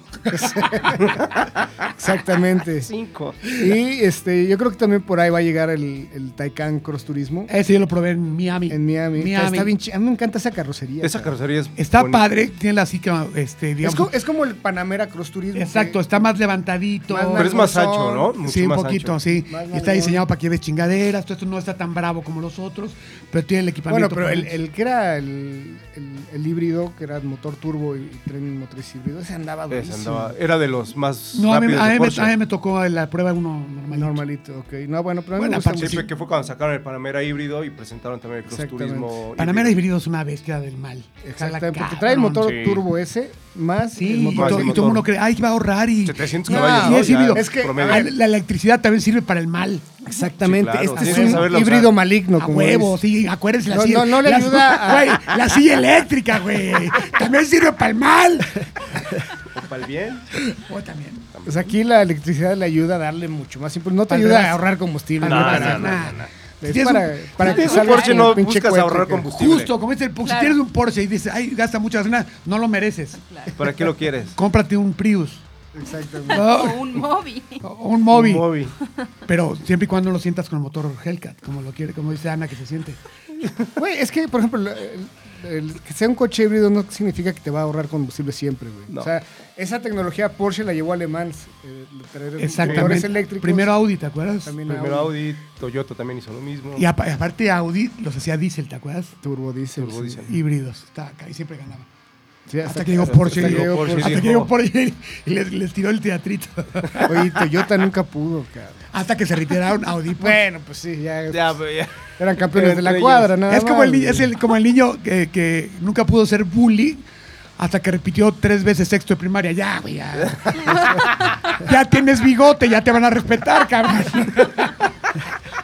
Speaker 3: Exactamente.
Speaker 4: Cinco.
Speaker 3: Y este, yo creo que también por ahí va a llegar el, el Taycan Cross Turismo
Speaker 2: Ese yo lo probé en Miami.
Speaker 3: en Miami.
Speaker 2: Miami.
Speaker 3: Está bien chi- a mí me encanta esa carrocería.
Speaker 4: Esa
Speaker 3: cara.
Speaker 4: carrocería es.
Speaker 2: Está
Speaker 4: bonita.
Speaker 2: padre. Tiene la así que, este,
Speaker 3: Es,
Speaker 2: digamos.
Speaker 3: co- es como el Panamera Cross Turismo.
Speaker 2: exacto, este
Speaker 3: que-
Speaker 2: está más levantadito.
Speaker 3: Más
Speaker 4: Pero es más ancho, ¿no?
Speaker 2: sí, un
Speaker 4: más
Speaker 2: poquito,
Speaker 4: ancho.
Speaker 2: sí.
Speaker 3: Más
Speaker 2: Está
Speaker 3: nalgón.
Speaker 2: diseñado para que ves chingaderas. Todo esto no está tan bravo como los otros, pero tiene el
Speaker 3: Bueno,
Speaker 2: equipamiento.
Speaker 3: pero el,
Speaker 2: para-
Speaker 3: el que era el, el- el híbrido, que era motor turbo y, tren motriz híbrido, ese andaba
Speaker 4: Ese
Speaker 3: durísimo.
Speaker 4: andaba- era de los más
Speaker 2: No, a mí,
Speaker 4: rápidos
Speaker 2: a mí
Speaker 4: de
Speaker 2: me-
Speaker 4: Porsche.
Speaker 2: a mí me tocó la prueba uno normal.
Speaker 3: Normalito, ok. No, bueno, pero a mí
Speaker 2: Buena
Speaker 3: me gusta
Speaker 2: parte,
Speaker 4: Sí,
Speaker 3: mucho.
Speaker 2: sí.
Speaker 4: que fue cuando sacaron el Panamera híbrido y presentaron también el Cross
Speaker 3: Exactamente.
Speaker 4: Turismo.
Speaker 2: Panamera híbrido es una bestia del mal.
Speaker 3: Exactamente,
Speaker 2: Jala
Speaker 3: porque trae el
Speaker 2: cabrón.
Speaker 3: motor
Speaker 4: sí.
Speaker 3: turbo ese, más
Speaker 2: Sí,
Speaker 3: el
Speaker 2: y,
Speaker 3: motor
Speaker 4: Más
Speaker 2: to-
Speaker 4: el
Speaker 2: y todo el mundo
Speaker 4: motor.
Speaker 2: cree, ay, va a ahorrar y...
Speaker 4: 700
Speaker 2: No,
Speaker 4: caballos.
Speaker 2: sí,
Speaker 4: ¿no?
Speaker 2: es
Speaker 4: Ya,
Speaker 2: híbrido.
Speaker 3: Es que,
Speaker 4: promedio.
Speaker 2: Ah, La electricidad también sirve para el mal.
Speaker 3: Exactamente.
Speaker 4: Sí, claro,
Speaker 3: este
Speaker 4: tienes
Speaker 3: es
Speaker 4: que
Speaker 3: un
Speaker 4: saberlo usar.
Speaker 3: híbrido maligno,
Speaker 2: A
Speaker 3: como
Speaker 2: huevo,
Speaker 3: es.
Speaker 2: sí, acuérdense la
Speaker 3: No,
Speaker 2: silla.
Speaker 3: no, no le
Speaker 2: la-
Speaker 3: ayuda a-
Speaker 2: Güey, la silla eléctrica, güey. También sirve para el mal.
Speaker 4: O para el bien.
Speaker 2: O también.
Speaker 3: Pues aquí la electricidad le ayuda a darle mucho más impulso. No te
Speaker 2: Al
Speaker 3: ayuda
Speaker 2: revés.
Speaker 3: a ahorrar combustible.
Speaker 2: Al
Speaker 4: No,
Speaker 2: revés,
Speaker 4: no, no,
Speaker 2: nah.
Speaker 4: no, no.
Speaker 2: Si
Speaker 3: Es
Speaker 2: tienes
Speaker 3: para,
Speaker 2: un-
Speaker 3: para
Speaker 4: Si
Speaker 3: que
Speaker 4: tienes un
Speaker 3: salgas
Speaker 4: Porsche,
Speaker 3: con
Speaker 4: no
Speaker 3: el pinche
Speaker 4: buscas
Speaker 3: cohete,
Speaker 4: ahorrar
Speaker 3: que-
Speaker 4: combustible.
Speaker 2: Justo, como dice el Porsche,
Speaker 1: Claro.
Speaker 2: si tienes un Porsche y dices, ay, gasta mucha gasolina, no lo mereces.
Speaker 1: Claro.
Speaker 4: ¿Para qué lo quieres?
Speaker 2: Cómprate un Prius.
Speaker 3: Exactamente.
Speaker 1: O
Speaker 2: ¿no?
Speaker 1: un móvil.
Speaker 2: O un móvil.
Speaker 4: Un Mobi.
Speaker 2: Pero siempre y cuando lo sientas con el motor Hellcat, como lo quiere, como dice Ana que se siente.
Speaker 3: Güey, es que, por ejemplo, el- el que sea un coche híbrido no significa que te va a ahorrar combustible siempre, güey.
Speaker 4: No.
Speaker 3: O sea, esa tecnología Porsche la llevó Alemán. Eh, traer motores
Speaker 2: Exactamente.
Speaker 3: eléctricos.
Speaker 2: Primero Audi, ¿te acuerdas?
Speaker 3: también
Speaker 4: Primero
Speaker 3: Audi.
Speaker 4: Audi, Toyota también hizo lo mismo.
Speaker 2: Y apa- aparte Audi los hacía diésel, ¿te acuerdas?
Speaker 3: Turbo diésel.
Speaker 4: Turbo
Speaker 3: sí.
Speaker 4: diésel.
Speaker 2: Híbridos. Estaba acá y siempre ganaba.
Speaker 3: Sí,
Speaker 2: Hasta que llegó Porsche.
Speaker 3: Hasta que llegó
Speaker 4: Porsche.
Speaker 3: Porsche.
Speaker 2: Hasta que llegó Porsche y les, les tiró el teatrito.
Speaker 3: Oye, Toyota nunca pudo, cabrón.
Speaker 2: Hasta que se retiraron Audi. pues.
Speaker 3: Bueno, pues sí, ya,
Speaker 4: Ya, pues, ya.
Speaker 3: eran campeones de la
Speaker 4: Entre
Speaker 3: cuadra, nada
Speaker 2: es como el,
Speaker 3: más,
Speaker 2: ni- es el- como el niño que, que nunca pudo ser bully hasta que repitió tres veces sexto de primaria. Ya, güey, ya. ya tienes bigote, ya te van a respetar, cabrón.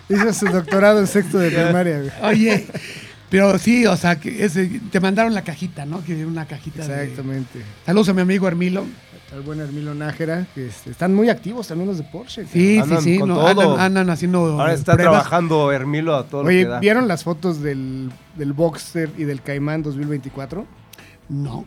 Speaker 3: Hizo su doctorado en sexto de primaria, güey.
Speaker 2: Oye, pero sí, o sea, que ese- te mandaron la cajita, ¿no? Que era una cajita. de-
Speaker 3: Exactamente.
Speaker 2: Saludos a mi amigo Hermilo.
Speaker 3: Al buen Hermilo Nájera, que este, están muy activos también los de Porsche.
Speaker 2: Sí,
Speaker 4: Andan
Speaker 2: sí, sí.
Speaker 4: con
Speaker 2: no,
Speaker 4: todo.
Speaker 2: andan, andan haciendo.
Speaker 4: Ahora está
Speaker 2: pruebas.
Speaker 4: trabajando Hermilo a todo lo que
Speaker 3: Oye,
Speaker 4: da.
Speaker 3: ¿vieron las fotos del, del Boxster y del Caimán 2024?
Speaker 2: No.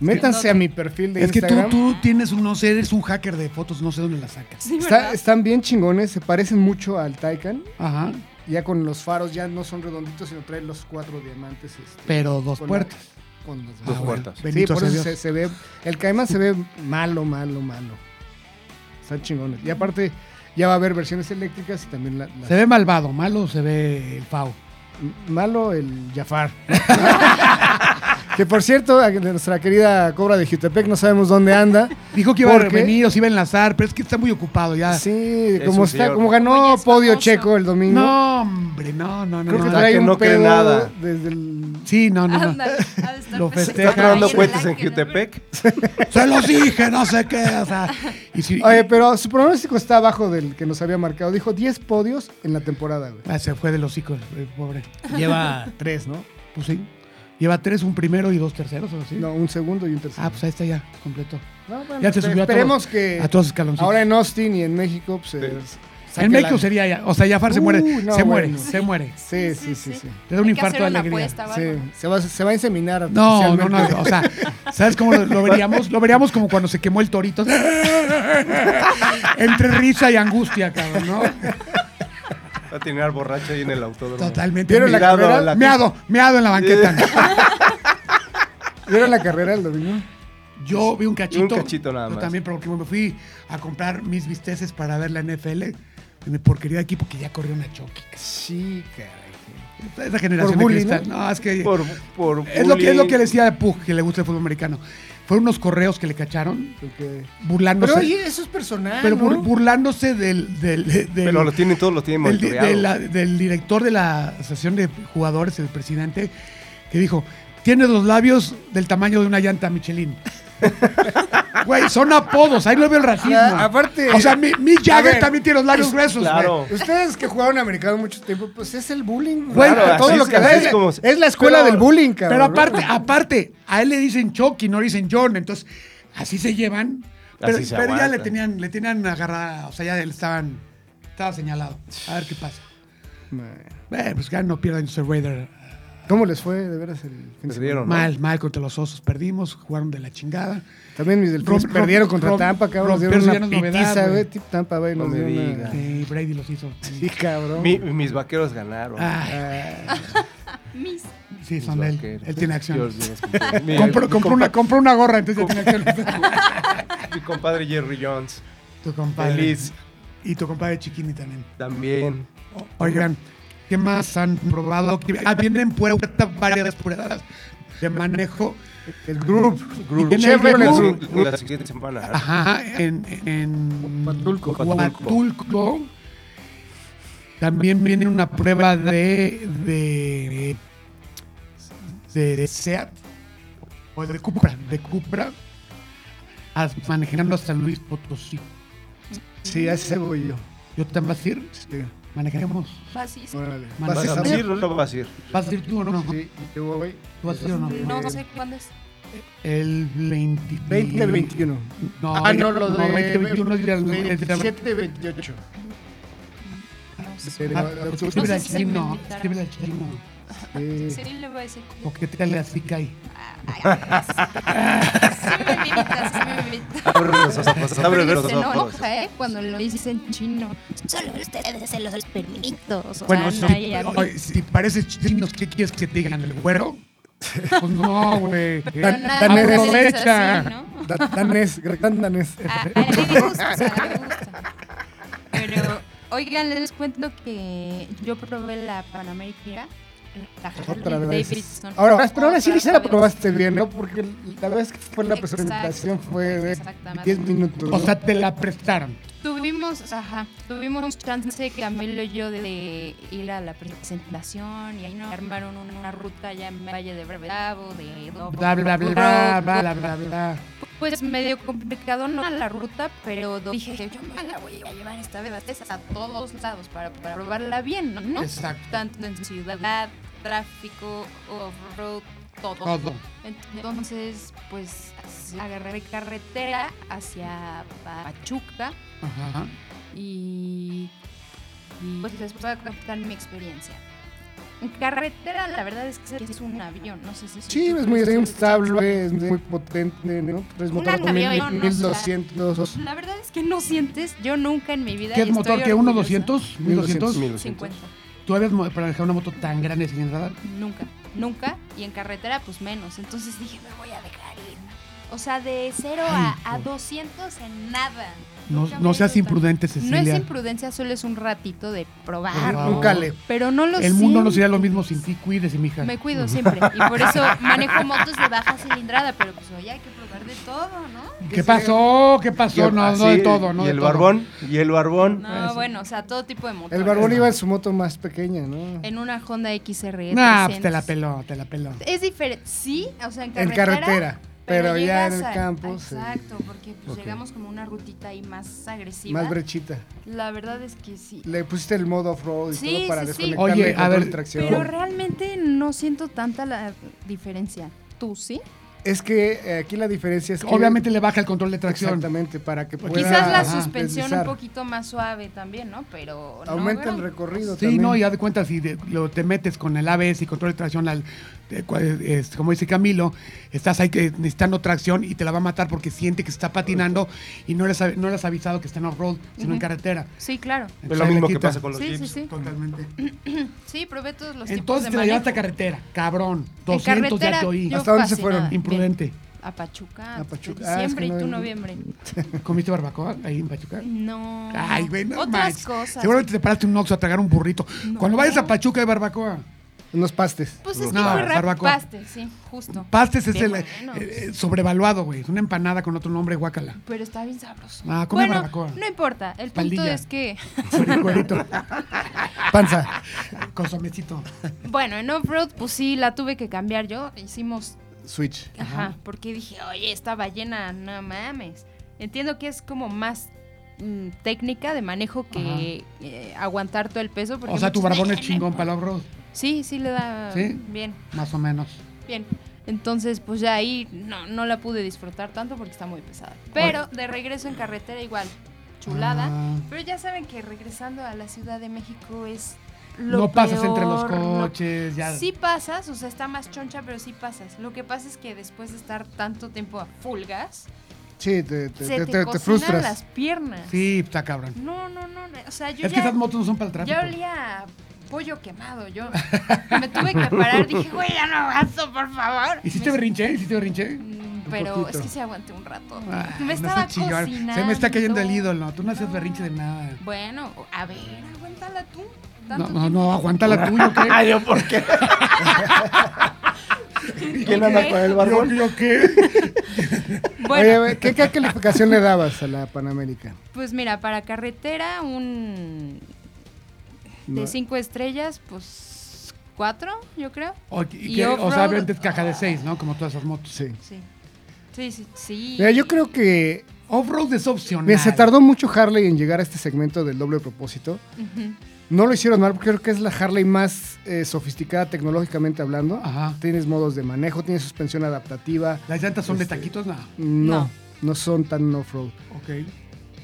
Speaker 3: Métanse a mi perfil de
Speaker 2: Es que tú,
Speaker 3: Instagram.
Speaker 2: tú tienes un, no sé, eres un hacker de fotos, no sé dónde las sacas.
Speaker 1: Sí,
Speaker 3: Está-
Speaker 1: ¿verdad?
Speaker 3: están bien chingones, se parecen mucho al Taycan.
Speaker 2: Ajá.
Speaker 3: Ya con los faros ya no son redonditos, sino traen los cuatro diamantes. este,
Speaker 2: Pero dos
Speaker 3: con la-
Speaker 2: puertas.
Speaker 3: con los
Speaker 4: Dos
Speaker 2: Ah, bueno.
Speaker 4: puertas.
Speaker 3: Sí,
Speaker 2: Bendito
Speaker 3: por
Speaker 2: sea
Speaker 3: eso
Speaker 2: Dios.
Speaker 3: se, se ve. El Caimán se ve malo, malo, malo. Están chingones. Y aparte, ya va a haber versiones eléctricas y también la, la-
Speaker 2: Se ve malvado, malo se ve el pavo.
Speaker 3: M- Malo el Jafar. que por cierto, a- nuestra querida Cobra de Jutepec no sabemos dónde anda.
Speaker 2: Dijo que iba a
Speaker 3: Porque-
Speaker 2: venir o se iba a enlazar, pero es que está muy ocupado ya.
Speaker 3: Sí,
Speaker 4: Es
Speaker 3: como,
Speaker 4: un
Speaker 3: está,
Speaker 4: señor.
Speaker 3: como ganó
Speaker 1: Oye, es
Speaker 3: podio
Speaker 1: famoso.
Speaker 3: checo el domingo.
Speaker 2: No, hombre, no, no, no.
Speaker 3: creo que
Speaker 2: no.
Speaker 4: está
Speaker 3: trae
Speaker 4: que
Speaker 3: un
Speaker 4: no cree
Speaker 3: pedo
Speaker 4: nada.
Speaker 3: desde el...
Speaker 2: Sí, no, no, no.
Speaker 1: Ándale, ha de estar festejando
Speaker 2: Lo festeja.
Speaker 4: Está clavando
Speaker 1: ahí el
Speaker 4: cohetes en
Speaker 1: ángel, ¿no?
Speaker 4: Jutepec.
Speaker 2: Se los dije, no sé qué. O sea, y si-
Speaker 3: Oye, pero su pronóstico está abajo del que nos había marcado. Dijo 10 podios en la temporada, güey.
Speaker 2: Ah, se fue de los hijos, el pobre.
Speaker 3: Lleva 3, ¿no?
Speaker 2: Pues sí. Lleva tres, un primero y dos terceros, ¿o sí?
Speaker 3: No, un segundo y un tercero.
Speaker 2: Ah, pues ahí está ya, completo.
Speaker 3: No, bueno,
Speaker 2: Ya se subió a todo-
Speaker 3: Esperemos que
Speaker 2: a todos los escaloncitos.
Speaker 3: ahora en Austin y en México, pues... eh, saque
Speaker 2: En México
Speaker 3: la-
Speaker 2: sería ya. O sea, Jafar se
Speaker 3: Uh,
Speaker 2: muere.
Speaker 3: no,
Speaker 2: se muere,
Speaker 3: bueno.
Speaker 2: se muere.
Speaker 3: Sí, sí, sí, sí.
Speaker 2: Le da un
Speaker 1: Hay que
Speaker 2: infarto
Speaker 1: hacer
Speaker 2: de
Speaker 1: una
Speaker 2: alegría.
Speaker 1: apuesta o
Speaker 3: Sí,
Speaker 1: algo.
Speaker 3: se va, se va a
Speaker 2: No,
Speaker 3: inseminar
Speaker 2: no,
Speaker 3: artificialmente.
Speaker 2: no. O sea, ¿sabes cómo lo, lo veríamos? Lo veríamos como cuando se quemó el torito. Entre risa y angustia, cabrón, ¿no?
Speaker 4: Va a tener borracho ahí en el autódromo.
Speaker 2: Totalmente.
Speaker 3: ¿Vieron la
Speaker 4: Mirado
Speaker 3: carrera?
Speaker 4: a la-
Speaker 2: Meado, meado en la banqueta.
Speaker 3: ¿Vieron la carrera el domingo?
Speaker 2: Yo vi un cachito.
Speaker 4: Pues, Un cachito nada
Speaker 2: Yo
Speaker 4: más.
Speaker 2: también, porque me fui a comprar mis visteces para ver la NFL. De mi porquería de equipo que ya corrió una choque.
Speaker 3: Sí, caray.
Speaker 2: Esa generación de
Speaker 3: bullying,
Speaker 2: cristal. ¿no? es que.
Speaker 4: Por, por
Speaker 2: es, lo que, es lo que
Speaker 4: bullying.
Speaker 2: le decía a Pug, que le gusta el fútbol americano. Fueron unos correos que le cacharon,
Speaker 3: Porque-
Speaker 2: burlándose.
Speaker 3: Pero oye, eso es personal,
Speaker 2: pero
Speaker 3: ¿no?
Speaker 2: bur- burlándose del, del, del-
Speaker 4: Pero lo tienen todos, lo tienen
Speaker 2: del, de-
Speaker 4: monitoreado.
Speaker 2: de la- del director de la asociación de jugadores, el presidente, que dijo, tiene los labios del tamaño de una llanta Michelin. Güey, son apodos. Ahí lo veo el racismo.
Speaker 3: Ah, aparte-
Speaker 2: O sea, mi, Mick
Speaker 3: A
Speaker 2: Jagger
Speaker 3: ver,
Speaker 2: también tiene los labios gruesos, güey.
Speaker 4: claro.
Speaker 3: Ustedes que jugaron americano mucho tiempo, pues es el bullying.
Speaker 2: Güey,
Speaker 3: Claro,
Speaker 2: así
Speaker 3: todo lo
Speaker 4: es-
Speaker 3: que
Speaker 4: así
Speaker 3: ves
Speaker 4: es como-
Speaker 3: es la escuela
Speaker 4: Pero-
Speaker 3: del bullying, cabrón.
Speaker 2: Pero aparte, ah, aparte, a él le dicen Chucky, no le dicen John. Entonces, así se llevan. Pero,
Speaker 4: Así se
Speaker 2: pero ya
Speaker 4: aguantan.
Speaker 2: le tenían, le tenían agarrada, o sea, ya le estaban, estaba señalado. A ver qué pasa. Eh, pues ya no pierdan su Raider.
Speaker 3: ¿Cómo les fue de veras el fin
Speaker 2: Pues
Speaker 3: de semana?
Speaker 4: Perdieron, ¿no?
Speaker 2: Mal, mal contra los osos perdimos, jugaron de la chingada.
Speaker 3: También mis delfines
Speaker 2: Rom-
Speaker 3: perdieron
Speaker 2: rom-
Speaker 3: contra
Speaker 2: rom-
Speaker 3: Tampa, cabrón. Nos
Speaker 2: rompieron
Speaker 3: dieron
Speaker 2: ya
Speaker 3: una
Speaker 2: no es novedad,
Speaker 3: pitiza,
Speaker 2: güey.
Speaker 3: güey. Tip- Tampa, güey,
Speaker 4: No
Speaker 3: nos
Speaker 4: me
Speaker 3: dio una-
Speaker 4: digas.
Speaker 2: Sí, Eh, Brady los hizo.
Speaker 3: Sí, cabrón.
Speaker 4: Mi- mis vaqueros ganaron.
Speaker 2: Ay,
Speaker 3: Ah,
Speaker 1: Mis.
Speaker 2: sí,
Speaker 4: Mis
Speaker 2: son de él.
Speaker 4: vaqueros.
Speaker 2: Él tiene acción.
Speaker 4: Dios mío, es que- mi-
Speaker 2: Compró,
Speaker 4: mi
Speaker 2: compró
Speaker 4: compa-
Speaker 2: una, compró una gorra, entonces ya tiene acción.
Speaker 4: Mi compadre Jerry Jones
Speaker 2: tu compadre.
Speaker 4: Feliz.
Speaker 2: Y tu compadre Chiquini también.
Speaker 4: también.
Speaker 2: O- Oigan, ¿qué más han probado? Ah, vienen puerta varias pruebas de manejo.
Speaker 3: el group.
Speaker 2: Grupo.
Speaker 3: Chevrolet
Speaker 4: La,
Speaker 3: Group.
Speaker 4: si- la siguiente semana.
Speaker 2: Ajá, en, en
Speaker 5: Huatulco.
Speaker 2: Huatulco. También viene una prueba de de, de, de SEAT o de Cupra, de Cupra as- manejando a San Luis Potosí.
Speaker 3: Sí, a ese voy yo.
Speaker 2: Yo también vas a ir, este,
Speaker 3: Sí,
Speaker 2: manejaremos.
Speaker 1: Basis.
Speaker 3: órale.
Speaker 2: Manda
Speaker 3: ¿Vas a
Speaker 4: ¿Vas a
Speaker 3: saber?
Speaker 4: ir o no vas a ir?
Speaker 2: ¿Vas a ir tú o no?
Speaker 3: Sí, y yo voy
Speaker 2: ¿Tú vas a ir o no?
Speaker 1: No sé cuándo es.
Speaker 2: El 20,
Speaker 3: 20 al 21.
Speaker 2: No,
Speaker 3: Ah, no, lo de...
Speaker 2: 20, 21 es de al- es de al-
Speaker 3: 27, 28.
Speaker 1: No sé.
Speaker 3: De- de-
Speaker 2: Ah,
Speaker 3: de- de-
Speaker 2: escríbele
Speaker 1: No sé
Speaker 2: al
Speaker 1: si se me
Speaker 2: chino,
Speaker 1: invitaron.
Speaker 2: escríbele al chino.
Speaker 3: pues, Sí.
Speaker 1: Cyril le va a decir.
Speaker 2: Coqueteale así que hay.
Speaker 1: Sí me invitas, sí me invitas.
Speaker 4: Abre los ojos. Abre
Speaker 1: Pero
Speaker 4: los
Speaker 1: se
Speaker 4: ojos.
Speaker 1: enoja, ¿eh? Cuando lo dicen chino. Solo ustedes se los permito. O sea,
Speaker 2: Bueno,
Speaker 1: no
Speaker 2: si,
Speaker 1: hay algo.
Speaker 2: oye, si pareces chino, ¿qué quieres que te digan? ¿El güero? Pues no, güey.
Speaker 1: Pero
Speaker 3: tan-
Speaker 1: nada
Speaker 3: tan
Speaker 1: más es
Speaker 2: aprovecha.
Speaker 1: así, ¿no? Ah,
Speaker 3: Da- Danés, gran danés.
Speaker 1: A- a él le gusta, o sea, le gusta. Pero, oigan, les cuento que yo probé la Panamérica. La Harley
Speaker 3: Otra vez.
Speaker 1: Davidson.
Speaker 3: Ahora, pero ahora sí,
Speaker 1: Otra
Speaker 3: sí la
Speaker 1: vez.
Speaker 3: probaste bien, ¿no? Porque la verdad es que fue la
Speaker 1: Exacto.
Speaker 3: presentación fue de
Speaker 1: Exactamente.
Speaker 3: 10 minutos.
Speaker 2: O
Speaker 3: ¿no?
Speaker 2: sea, te la prestaron.
Speaker 1: Tuvimos, ajá, tuvimos un chance que Camilo y yo de ir a la presentación y ahí nos armaron una ruta ya en Valle de Bravo, de
Speaker 2: Bla, bla, bla, bla, bla, bla, bla.
Speaker 1: Pues medio complicado no la ruta, pero dije, yo me la voy a llevar esta vez a todos lados para, para probarla bien, ¿no?
Speaker 2: Exacto.
Speaker 1: Tanto en ciudad, tráfico, off-road, todo.
Speaker 2: Todo.
Speaker 1: Entonces, pues así agarré carretera hacia Pachuca
Speaker 2: Ajá.
Speaker 1: y, y, pues les voy a contar mi experiencia. En carretera, la verdad es que es un avión, no sé si...
Speaker 3: Sí, es muy estable, es muy potente, ¿no? Pues, Tres
Speaker 1: Un
Speaker 3: motores con mil-
Speaker 1: avión, ¿no?
Speaker 3: 1200.
Speaker 1: La verdad es que no sientes, yo nunca en mi vida...
Speaker 2: ¿Qué
Speaker 1: y
Speaker 2: es motor?
Speaker 1: estoy
Speaker 2: ¿Qué? ¿Uno
Speaker 1: orgullosa.
Speaker 2: 200? ¿1200?
Speaker 1: 50.
Speaker 2: ¿Tú habías mo- para manejar una moto tan grande sin radar?
Speaker 1: Nunca, nunca. Y en carretera, pues menos. Entonces dije, me voy a dejar ir. O sea, de 0 a,
Speaker 2: Ay,
Speaker 1: a
Speaker 2: no.
Speaker 1: 200 en nada.
Speaker 2: No,
Speaker 1: Nunca
Speaker 2: no
Speaker 1: me
Speaker 2: seas
Speaker 1: hizo tan-
Speaker 2: imprudente,
Speaker 1: No es
Speaker 2: Cecilia.
Speaker 1: imprudencia, solo es un ratito de
Speaker 2: Por
Speaker 1: probar.
Speaker 2: favor.
Speaker 3: Nunca le.
Speaker 1: Pero no lo
Speaker 2: El mundo no
Speaker 1: siento.
Speaker 2: sería lo mismo sin ti. Cuídese, mija.
Speaker 1: Me cuido siempre. Y por eso manejo motos de baja cilindrada. Pero pues oye, hay que probar de todo, ¿no?
Speaker 2: ¿Qué pasó? ¿Qué pasó? No, no de
Speaker 4: Así,
Speaker 2: todo, no
Speaker 4: Y
Speaker 2: de
Speaker 4: el
Speaker 2: todo.
Speaker 4: barbón, y el barbón.
Speaker 1: No, bueno, o sea, todo tipo de motos.
Speaker 3: El barbón iba en su moto más pequeña, ¿no?
Speaker 1: En una Honda XR.
Speaker 2: Nah, pues te la peló, te la peló.
Speaker 1: Es diferente, sí, o sea, en
Speaker 3: En
Speaker 1: carretera.
Speaker 3: carretera, pero ya en
Speaker 1: llegas
Speaker 3: el
Speaker 1: al-
Speaker 3: campo, sí.
Speaker 1: Exacto, porque pues,
Speaker 3: Ok.
Speaker 1: llegamos como una rutita ahí más agresiva.
Speaker 3: Más brechita.
Speaker 1: la verdad es que sí.
Speaker 3: Le pusiste el modo off-road y
Speaker 1: Sí,
Speaker 3: todo para
Speaker 1: sí, sí.
Speaker 3: desconectarle
Speaker 2: Oye,
Speaker 3: el
Speaker 2: a
Speaker 3: control
Speaker 2: ver,
Speaker 3: de tracción.
Speaker 1: Pero realmente no siento tanta la diferencia. ¿Tú sí?
Speaker 3: Es que eh, aquí la diferencia es que
Speaker 2: Obviamente le baja el control de tracción.
Speaker 3: Exactamente, para que pueda
Speaker 1: Quizás la
Speaker 3: ajá,
Speaker 1: suspensión
Speaker 3: deslizar.
Speaker 1: un poquito más suave también, ¿no? Pero no,
Speaker 3: Aumenta
Speaker 1: gran-
Speaker 3: el recorrido
Speaker 2: Sí,
Speaker 3: también.
Speaker 2: no, ya de cuenta, si de- lo, te metes con el ABS y control de tracción, al, de cua- es- como dice Camilo, estás ahí que- necesitando tracción y te la va a matar porque siente que está patinando y no le has, no le has avisado que está en off-road, sino en
Speaker 1: Ujú.
Speaker 2: carretera.
Speaker 1: Sí, claro.
Speaker 4: Es lo mismo que pasa con los
Speaker 1: Sí, sí,
Speaker 4: chips.
Speaker 1: sí.
Speaker 2: Totalmente.
Speaker 1: Sí, probé todos los
Speaker 2: Entonces te
Speaker 1: tipos de
Speaker 2: la llevaste a
Speaker 1: manejo.
Speaker 2: carretera, cabrón.
Speaker 1: En
Speaker 2: 200 ya
Speaker 1: carretera,
Speaker 2: te oí.
Speaker 1: yo
Speaker 3: ¿Hasta dónde se
Speaker 1: fascinada.
Speaker 3: fueron?
Speaker 2: Imprudente.
Speaker 1: Bien. A Pachuca.
Speaker 3: A
Speaker 1: A
Speaker 3: Pachuca.
Speaker 1: Pachuca.
Speaker 3: Ah, es que
Speaker 1: Diciembre
Speaker 3: no-
Speaker 1: y tú noviembre.
Speaker 2: ¿Comiste barbacoa ahí en Pachuca?
Speaker 1: No.
Speaker 2: Ay, güey, no
Speaker 1: Otras
Speaker 2: manches.
Speaker 1: cosas.
Speaker 2: Seguramente te paraste un oxo a tragar un burrito.
Speaker 1: No.
Speaker 2: Cuando vayas a Pachuca hay barbacoa.
Speaker 3: Unos pastes.
Speaker 1: Pues es que
Speaker 2: No,
Speaker 1: muy rápido.
Speaker 2: barbacoa.
Speaker 1: Paste, sí, justo.
Speaker 2: Pastes es
Speaker 1: Qué
Speaker 2: el eh,
Speaker 1: bueno.
Speaker 2: eh, sobrevaluado, güey. Es una empanada con otro nombre, guácala.
Speaker 1: Pero está bien sabroso.
Speaker 2: Ah, come
Speaker 1: bueno,
Speaker 2: barbacoa.
Speaker 1: no importa. El punto
Speaker 2: Espaldilla.
Speaker 1: es que,
Speaker 2: Cuerito,
Speaker 3: Panza.
Speaker 2: con somecito.
Speaker 1: bueno, en off-road, pues sí, la tuve que cambiar yo. Hicimos
Speaker 6: Switch.
Speaker 1: Ajá, porque dije, oye, esta ballena, no mames. Entiendo que es como más mm, técnica de manejo que eh, aguantar todo el peso. porque
Speaker 2: O sea, tu
Speaker 1: muchos-
Speaker 2: barbón es chingón para los road,
Speaker 1: Sí, sí le da
Speaker 2: ¿Sí?
Speaker 1: bien,
Speaker 2: más o menos.
Speaker 1: bien. Entonces, pues ya ahí no, no la pude disfrutar tanto porque está muy pesada. Pero de regreso en carretera igual, chulada.
Speaker 2: Ah.
Speaker 1: Pero ya saben que regresando a la Ciudad de México es lo
Speaker 2: No pasas entre los
Speaker 1: peor, lo
Speaker 2: coches, ya.
Speaker 1: Sí pasas, o sea, está más choncha, pero sí pasas. Lo que pasa es que después de estar tanto tiempo a full gas,
Speaker 3: Sí, te, te-
Speaker 1: se
Speaker 3: te-
Speaker 1: te,
Speaker 3: te- te
Speaker 1: cocinan
Speaker 3: frustras.
Speaker 1: las piernas.
Speaker 2: Sí, está cabrón.
Speaker 1: No, no, no, no, o sea, yo
Speaker 2: Es que
Speaker 1: ya,
Speaker 2: esas motos no son para el tráfico.
Speaker 1: ya olía a pollo quemado, yo me tuve que parar, dije, güey, ya no avanzo, por favor.
Speaker 2: ¿Hiciste
Speaker 1: Me-
Speaker 2: berrinche? ¿Hiciste berrinche?
Speaker 1: Mm, Pero
Speaker 3: poquito.
Speaker 1: es que se aguanté un rato.
Speaker 2: Ay,
Speaker 1: me
Speaker 2: Ah, no
Speaker 1: estaba
Speaker 2: seas chillón.
Speaker 1: cocinando.
Speaker 2: Se me está cayendo el ídolo. Tú no haces berrinche de nada.
Speaker 1: Bueno, a ver, aguántala tú.
Speaker 2: No,
Speaker 1: Tanto
Speaker 2: no, no, aguanta la tuya, ¿qué?
Speaker 4: yo por qué?
Speaker 1: ¿Quién anda con el
Speaker 2: Yo, yo qué.
Speaker 1: Bueno,
Speaker 3: Oye, güey, ¿qué, qué calificación le dabas a la Panamérica?
Speaker 1: Pues mira, para carretera, un. De
Speaker 3: No.
Speaker 1: cinco estrellas, pues. cuatro, yo creo.
Speaker 2: O, y
Speaker 1: Y
Speaker 2: que- o sea,
Speaker 1: off-road.
Speaker 2: obviamente es caja de seis, ¿no? Como todas esas motos.
Speaker 3: Sí.
Speaker 1: Sí. Sí, sí, sí.
Speaker 3: Mira, yo creo que
Speaker 2: Off-road es opcional.
Speaker 3: mira, se tardó mucho Harley en llegar a este segmento del doble propósito.
Speaker 1: Ujú.
Speaker 3: No lo hicieron mal, porque creo que es la Harley más eh, sofisticada tecnológicamente hablando.
Speaker 2: Ajá.
Speaker 3: Tienes modos de manejo, tienes suspensión adaptativa.
Speaker 2: ¿Las llantas son
Speaker 3: Este-
Speaker 2: de taquitos? Nada.
Speaker 3: No, no,
Speaker 1: No.
Speaker 3: son tan off-road.
Speaker 2: Ok.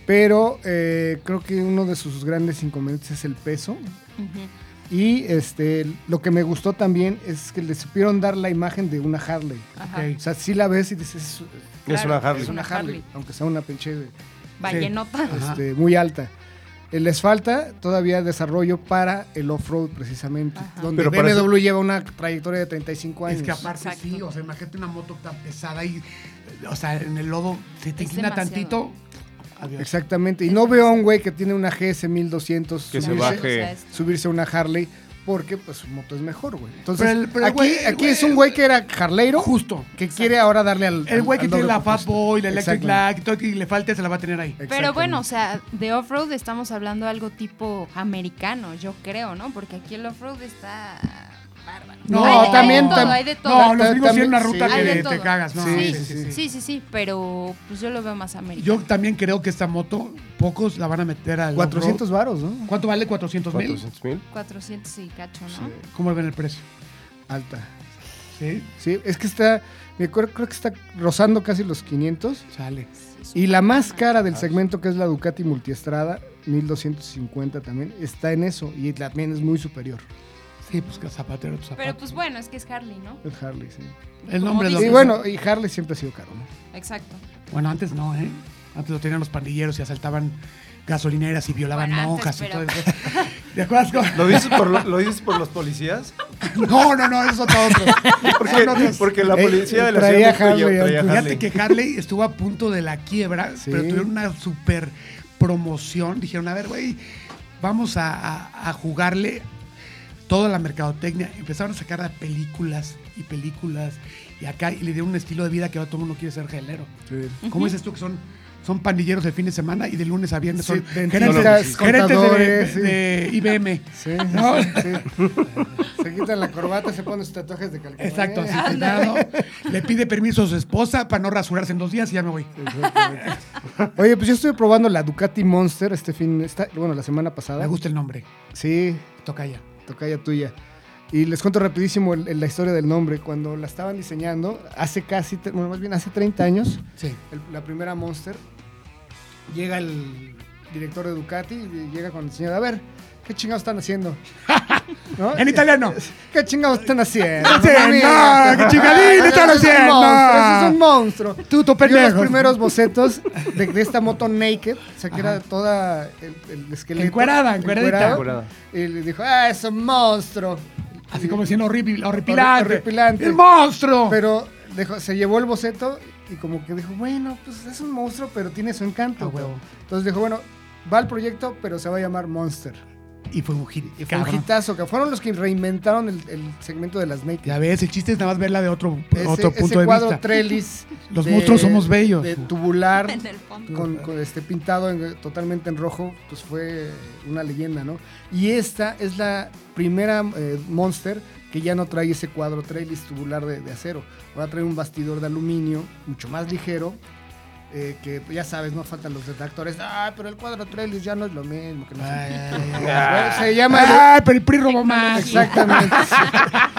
Speaker 3: Pero eh, creo que uno de sus grandes inconvenientes es el peso.
Speaker 1: Ujú.
Speaker 3: Y este, lo que me gustó también es que le supieron dar la imagen de una Harley.
Speaker 1: Ajá.
Speaker 2: Ok.
Speaker 3: O sea, si la ves y dices, es
Speaker 4: Es
Speaker 1: Claro,
Speaker 4: una
Speaker 1: es
Speaker 4: Harley.
Speaker 3: una
Speaker 1: una
Speaker 3: Harley,
Speaker 1: Harley.
Speaker 3: aunque sea una pinche
Speaker 1: Vallenota.
Speaker 2: Ajá.
Speaker 3: este, muy alta. Eh, Les falta todavía desarrollo para el off-road precisamente,
Speaker 1: Ajá.
Speaker 3: donde
Speaker 4: Pero para
Speaker 3: BMW lleva una trayectoria de 35 años.
Speaker 2: Es que aparte
Speaker 1: Exacto.
Speaker 2: sí, o sea, imagínate una moto tan pesada y, o sea, en el lodo se te
Speaker 1: Es
Speaker 2: inclina
Speaker 1: demasiado.
Speaker 2: tantito. Adiós.
Speaker 3: Exactamente. Y no veo a un güey que tiene una GS 1200
Speaker 4: Que se
Speaker 3: subirse,
Speaker 4: baje.
Speaker 1: O sea, es-
Speaker 3: subirse a una Harley porque pues su moto es mejor, güey. Entonces,
Speaker 2: Pero el- pero el
Speaker 3: aquí,
Speaker 2: güey- el
Speaker 3: aquí
Speaker 2: güey-
Speaker 3: es un güey que era Harleiro
Speaker 2: Justo.
Speaker 3: que quiere ahora darle al
Speaker 2: El güey
Speaker 3: al-
Speaker 2: que
Speaker 3: al
Speaker 2: tiene
Speaker 3: doble
Speaker 2: la
Speaker 3: propósito.
Speaker 2: Fatboy, la Electric
Speaker 3: Exactamente.
Speaker 2: Black, todo que le falte se la va a tener ahí.
Speaker 1: Pero bueno, o
Speaker 3: Exactamente.
Speaker 1: sea, de off-road estamos hablando algo tipo americano, yo creo, ¿no? Porque aquí el off-road está bárbaro.
Speaker 3: No,
Speaker 1: Hay de- hay de
Speaker 3: también-
Speaker 1: todo,
Speaker 3: tam-
Speaker 1: hay de todo.
Speaker 2: No, los
Speaker 3: Ta-
Speaker 2: gringos tienen una
Speaker 3: también-
Speaker 2: ruta
Speaker 3: sí.
Speaker 1: Hay de
Speaker 2: que te
Speaker 1: todo.
Speaker 2: cagas, ¿no?
Speaker 3: Sí, sí,
Speaker 1: Sí, sí, sí, sí, pero pues yo lo veo más americano.
Speaker 2: Yo también creo que esta moto, pocos la van a meter al.
Speaker 3: 400
Speaker 2: off-road.
Speaker 3: varos, ¿no?
Speaker 2: ¿Cuánto vale? ¿400 mil?
Speaker 4: 400 mil.
Speaker 1: 400 y cacho, ¿no?
Speaker 2: ¿Cómo ven el precio?
Speaker 3: Alta.
Speaker 2: Sí,
Speaker 3: Sí, es que está, me acuerdo, creo que está rozando casi los 500.
Speaker 2: sale.
Speaker 3: Y la más cara del segmento, que es la Ducati Multiestrada, 1250 también, está en eso. Y también es muy superior
Speaker 2: Sí, pues que zapatero, tu zapato.
Speaker 1: Pero pues bueno, es que es Harley, ¿no?
Speaker 3: el Harley. Sí.
Speaker 2: el nombre es lo
Speaker 1: Como
Speaker 3: Y
Speaker 2: que-
Speaker 3: bueno, y Harley siempre ha sido caro, ¿no?
Speaker 1: Exacto.
Speaker 2: Bueno, antes no, ¿eh? Antes lo tenían los pandilleros y asaltaban gasolineras y violaban
Speaker 1: Bueno, antes,
Speaker 2: monjas
Speaker 1: pero-
Speaker 2: y todo eso. ¿Te acuerdas? cómo?
Speaker 4: ¿Lo dices por, lo, lo dices por los policías?
Speaker 2: No, no, no, eso está otro.
Speaker 4: Porque,
Speaker 2: Son otros.
Speaker 4: porque la
Speaker 3: Ey,
Speaker 4: policía de la
Speaker 3: traía
Speaker 4: ciudad de México
Speaker 3: Harley
Speaker 4: ya traía
Speaker 3: antes.
Speaker 4: Harley.
Speaker 2: Fíjate que Harley estuvo a punto de la quiebra,
Speaker 3: Sí.
Speaker 2: pero tuvieron una super promoción. Dijeron, a ver, güey, vamos a, a- a jugarle toda la mercadotecnia. Empezaron a sacar películas y películas y acá y le dieron un estilo de vida que ahora todo el mundo quiere ser gelero. ¿Cómo dices tú que son, son pandilleros el fin de semana y de lunes a viernes son
Speaker 3: Sí, dentistas,
Speaker 2: gerentes, gerentes de-
Speaker 3: contadores,
Speaker 2: de, de IBM?
Speaker 3: Sí,
Speaker 2: No.
Speaker 3: sí, sí. Se quitan la corbata, se ponen sus tatuajes de calcomanía.
Speaker 2: Exacto, así cuidado. Le pide permiso a su esposa para no rasurarse en dos días y ya me voy.
Speaker 3: Exactamente. Oye, pues yo estuve probando la Ducati Monster este fin, esta- bueno, la semana pasada.
Speaker 2: Me gusta el nombre,
Speaker 3: Sí,
Speaker 2: Tocaya.
Speaker 3: tocaya tuya. Y les cuento rapidísimo el- el- la historia del nombre. Cuando la estaban diseñando, hace casi, tre- bueno, más bien hace 30 años,
Speaker 2: Sí.
Speaker 3: el- la primera Monster, llega el director de Ducati y llega con el señor, a ver, ¿qué chingados están haciendo? ¿No?
Speaker 2: En italiano.
Speaker 3: ¿Qué chingados están haciendo?
Speaker 2: Sí,
Speaker 3: mami?
Speaker 2: no, qué chingadín están
Speaker 3: Eso es un
Speaker 2: haciendo.
Speaker 3: monstruo, eso es un monstruo.
Speaker 2: Tuto
Speaker 3: Yo los
Speaker 2: pendejo.
Speaker 3: primeros bocetos de, de esta moto naked, o sea que era
Speaker 2: Ajá.
Speaker 3: toda el, el esqueleto.
Speaker 2: Encuerada, encueradita.
Speaker 4: Encuerada.
Speaker 3: Y le dijo, ah, es un monstruo.
Speaker 2: Así como diciendo horrible, horripilante.
Speaker 3: Horripilante.
Speaker 2: ¡El monstruo!
Speaker 3: Pero dejó- se llevó el boceto y como que dijo, bueno, pues es un monstruo, pero tiene su encanto.
Speaker 2: A Ah, huevo.
Speaker 3: Entonces dijo, bueno, va al proyecto, pero se va a llamar Monster.
Speaker 2: y fue un hit.
Speaker 3: Y fue un
Speaker 2: cabrón.
Speaker 3: hitazo, que fueron los que reinventaron el, el segmento de las naked.
Speaker 2: Ya ves, el chiste es nada más verla de otro,
Speaker 3: Ese,
Speaker 2: otro
Speaker 3: ese
Speaker 2: punto de
Speaker 3: cuadro
Speaker 2: vista.
Speaker 3: Trellis.
Speaker 2: Los monstruos somos bellos.
Speaker 3: De tubular.
Speaker 1: En el fondo.
Speaker 3: con, con este pintado en- totalmente en rojo, pues fue una leyenda, ¿no? Y esta es la primera eh, Monster que que ya no trae ese cuadro trailis tubular de, de acero. Ahora trae un bastidor de aluminio, mucho más ligero, eh, que pues, ya sabes, no faltan los detractores. Ah, pero el cuadro trailis ya no es lo mismo. Que no sé qué". Bueno, se llama...
Speaker 2: ¡Ah, Eh, pero el PRI robó más!
Speaker 3: Exactamente.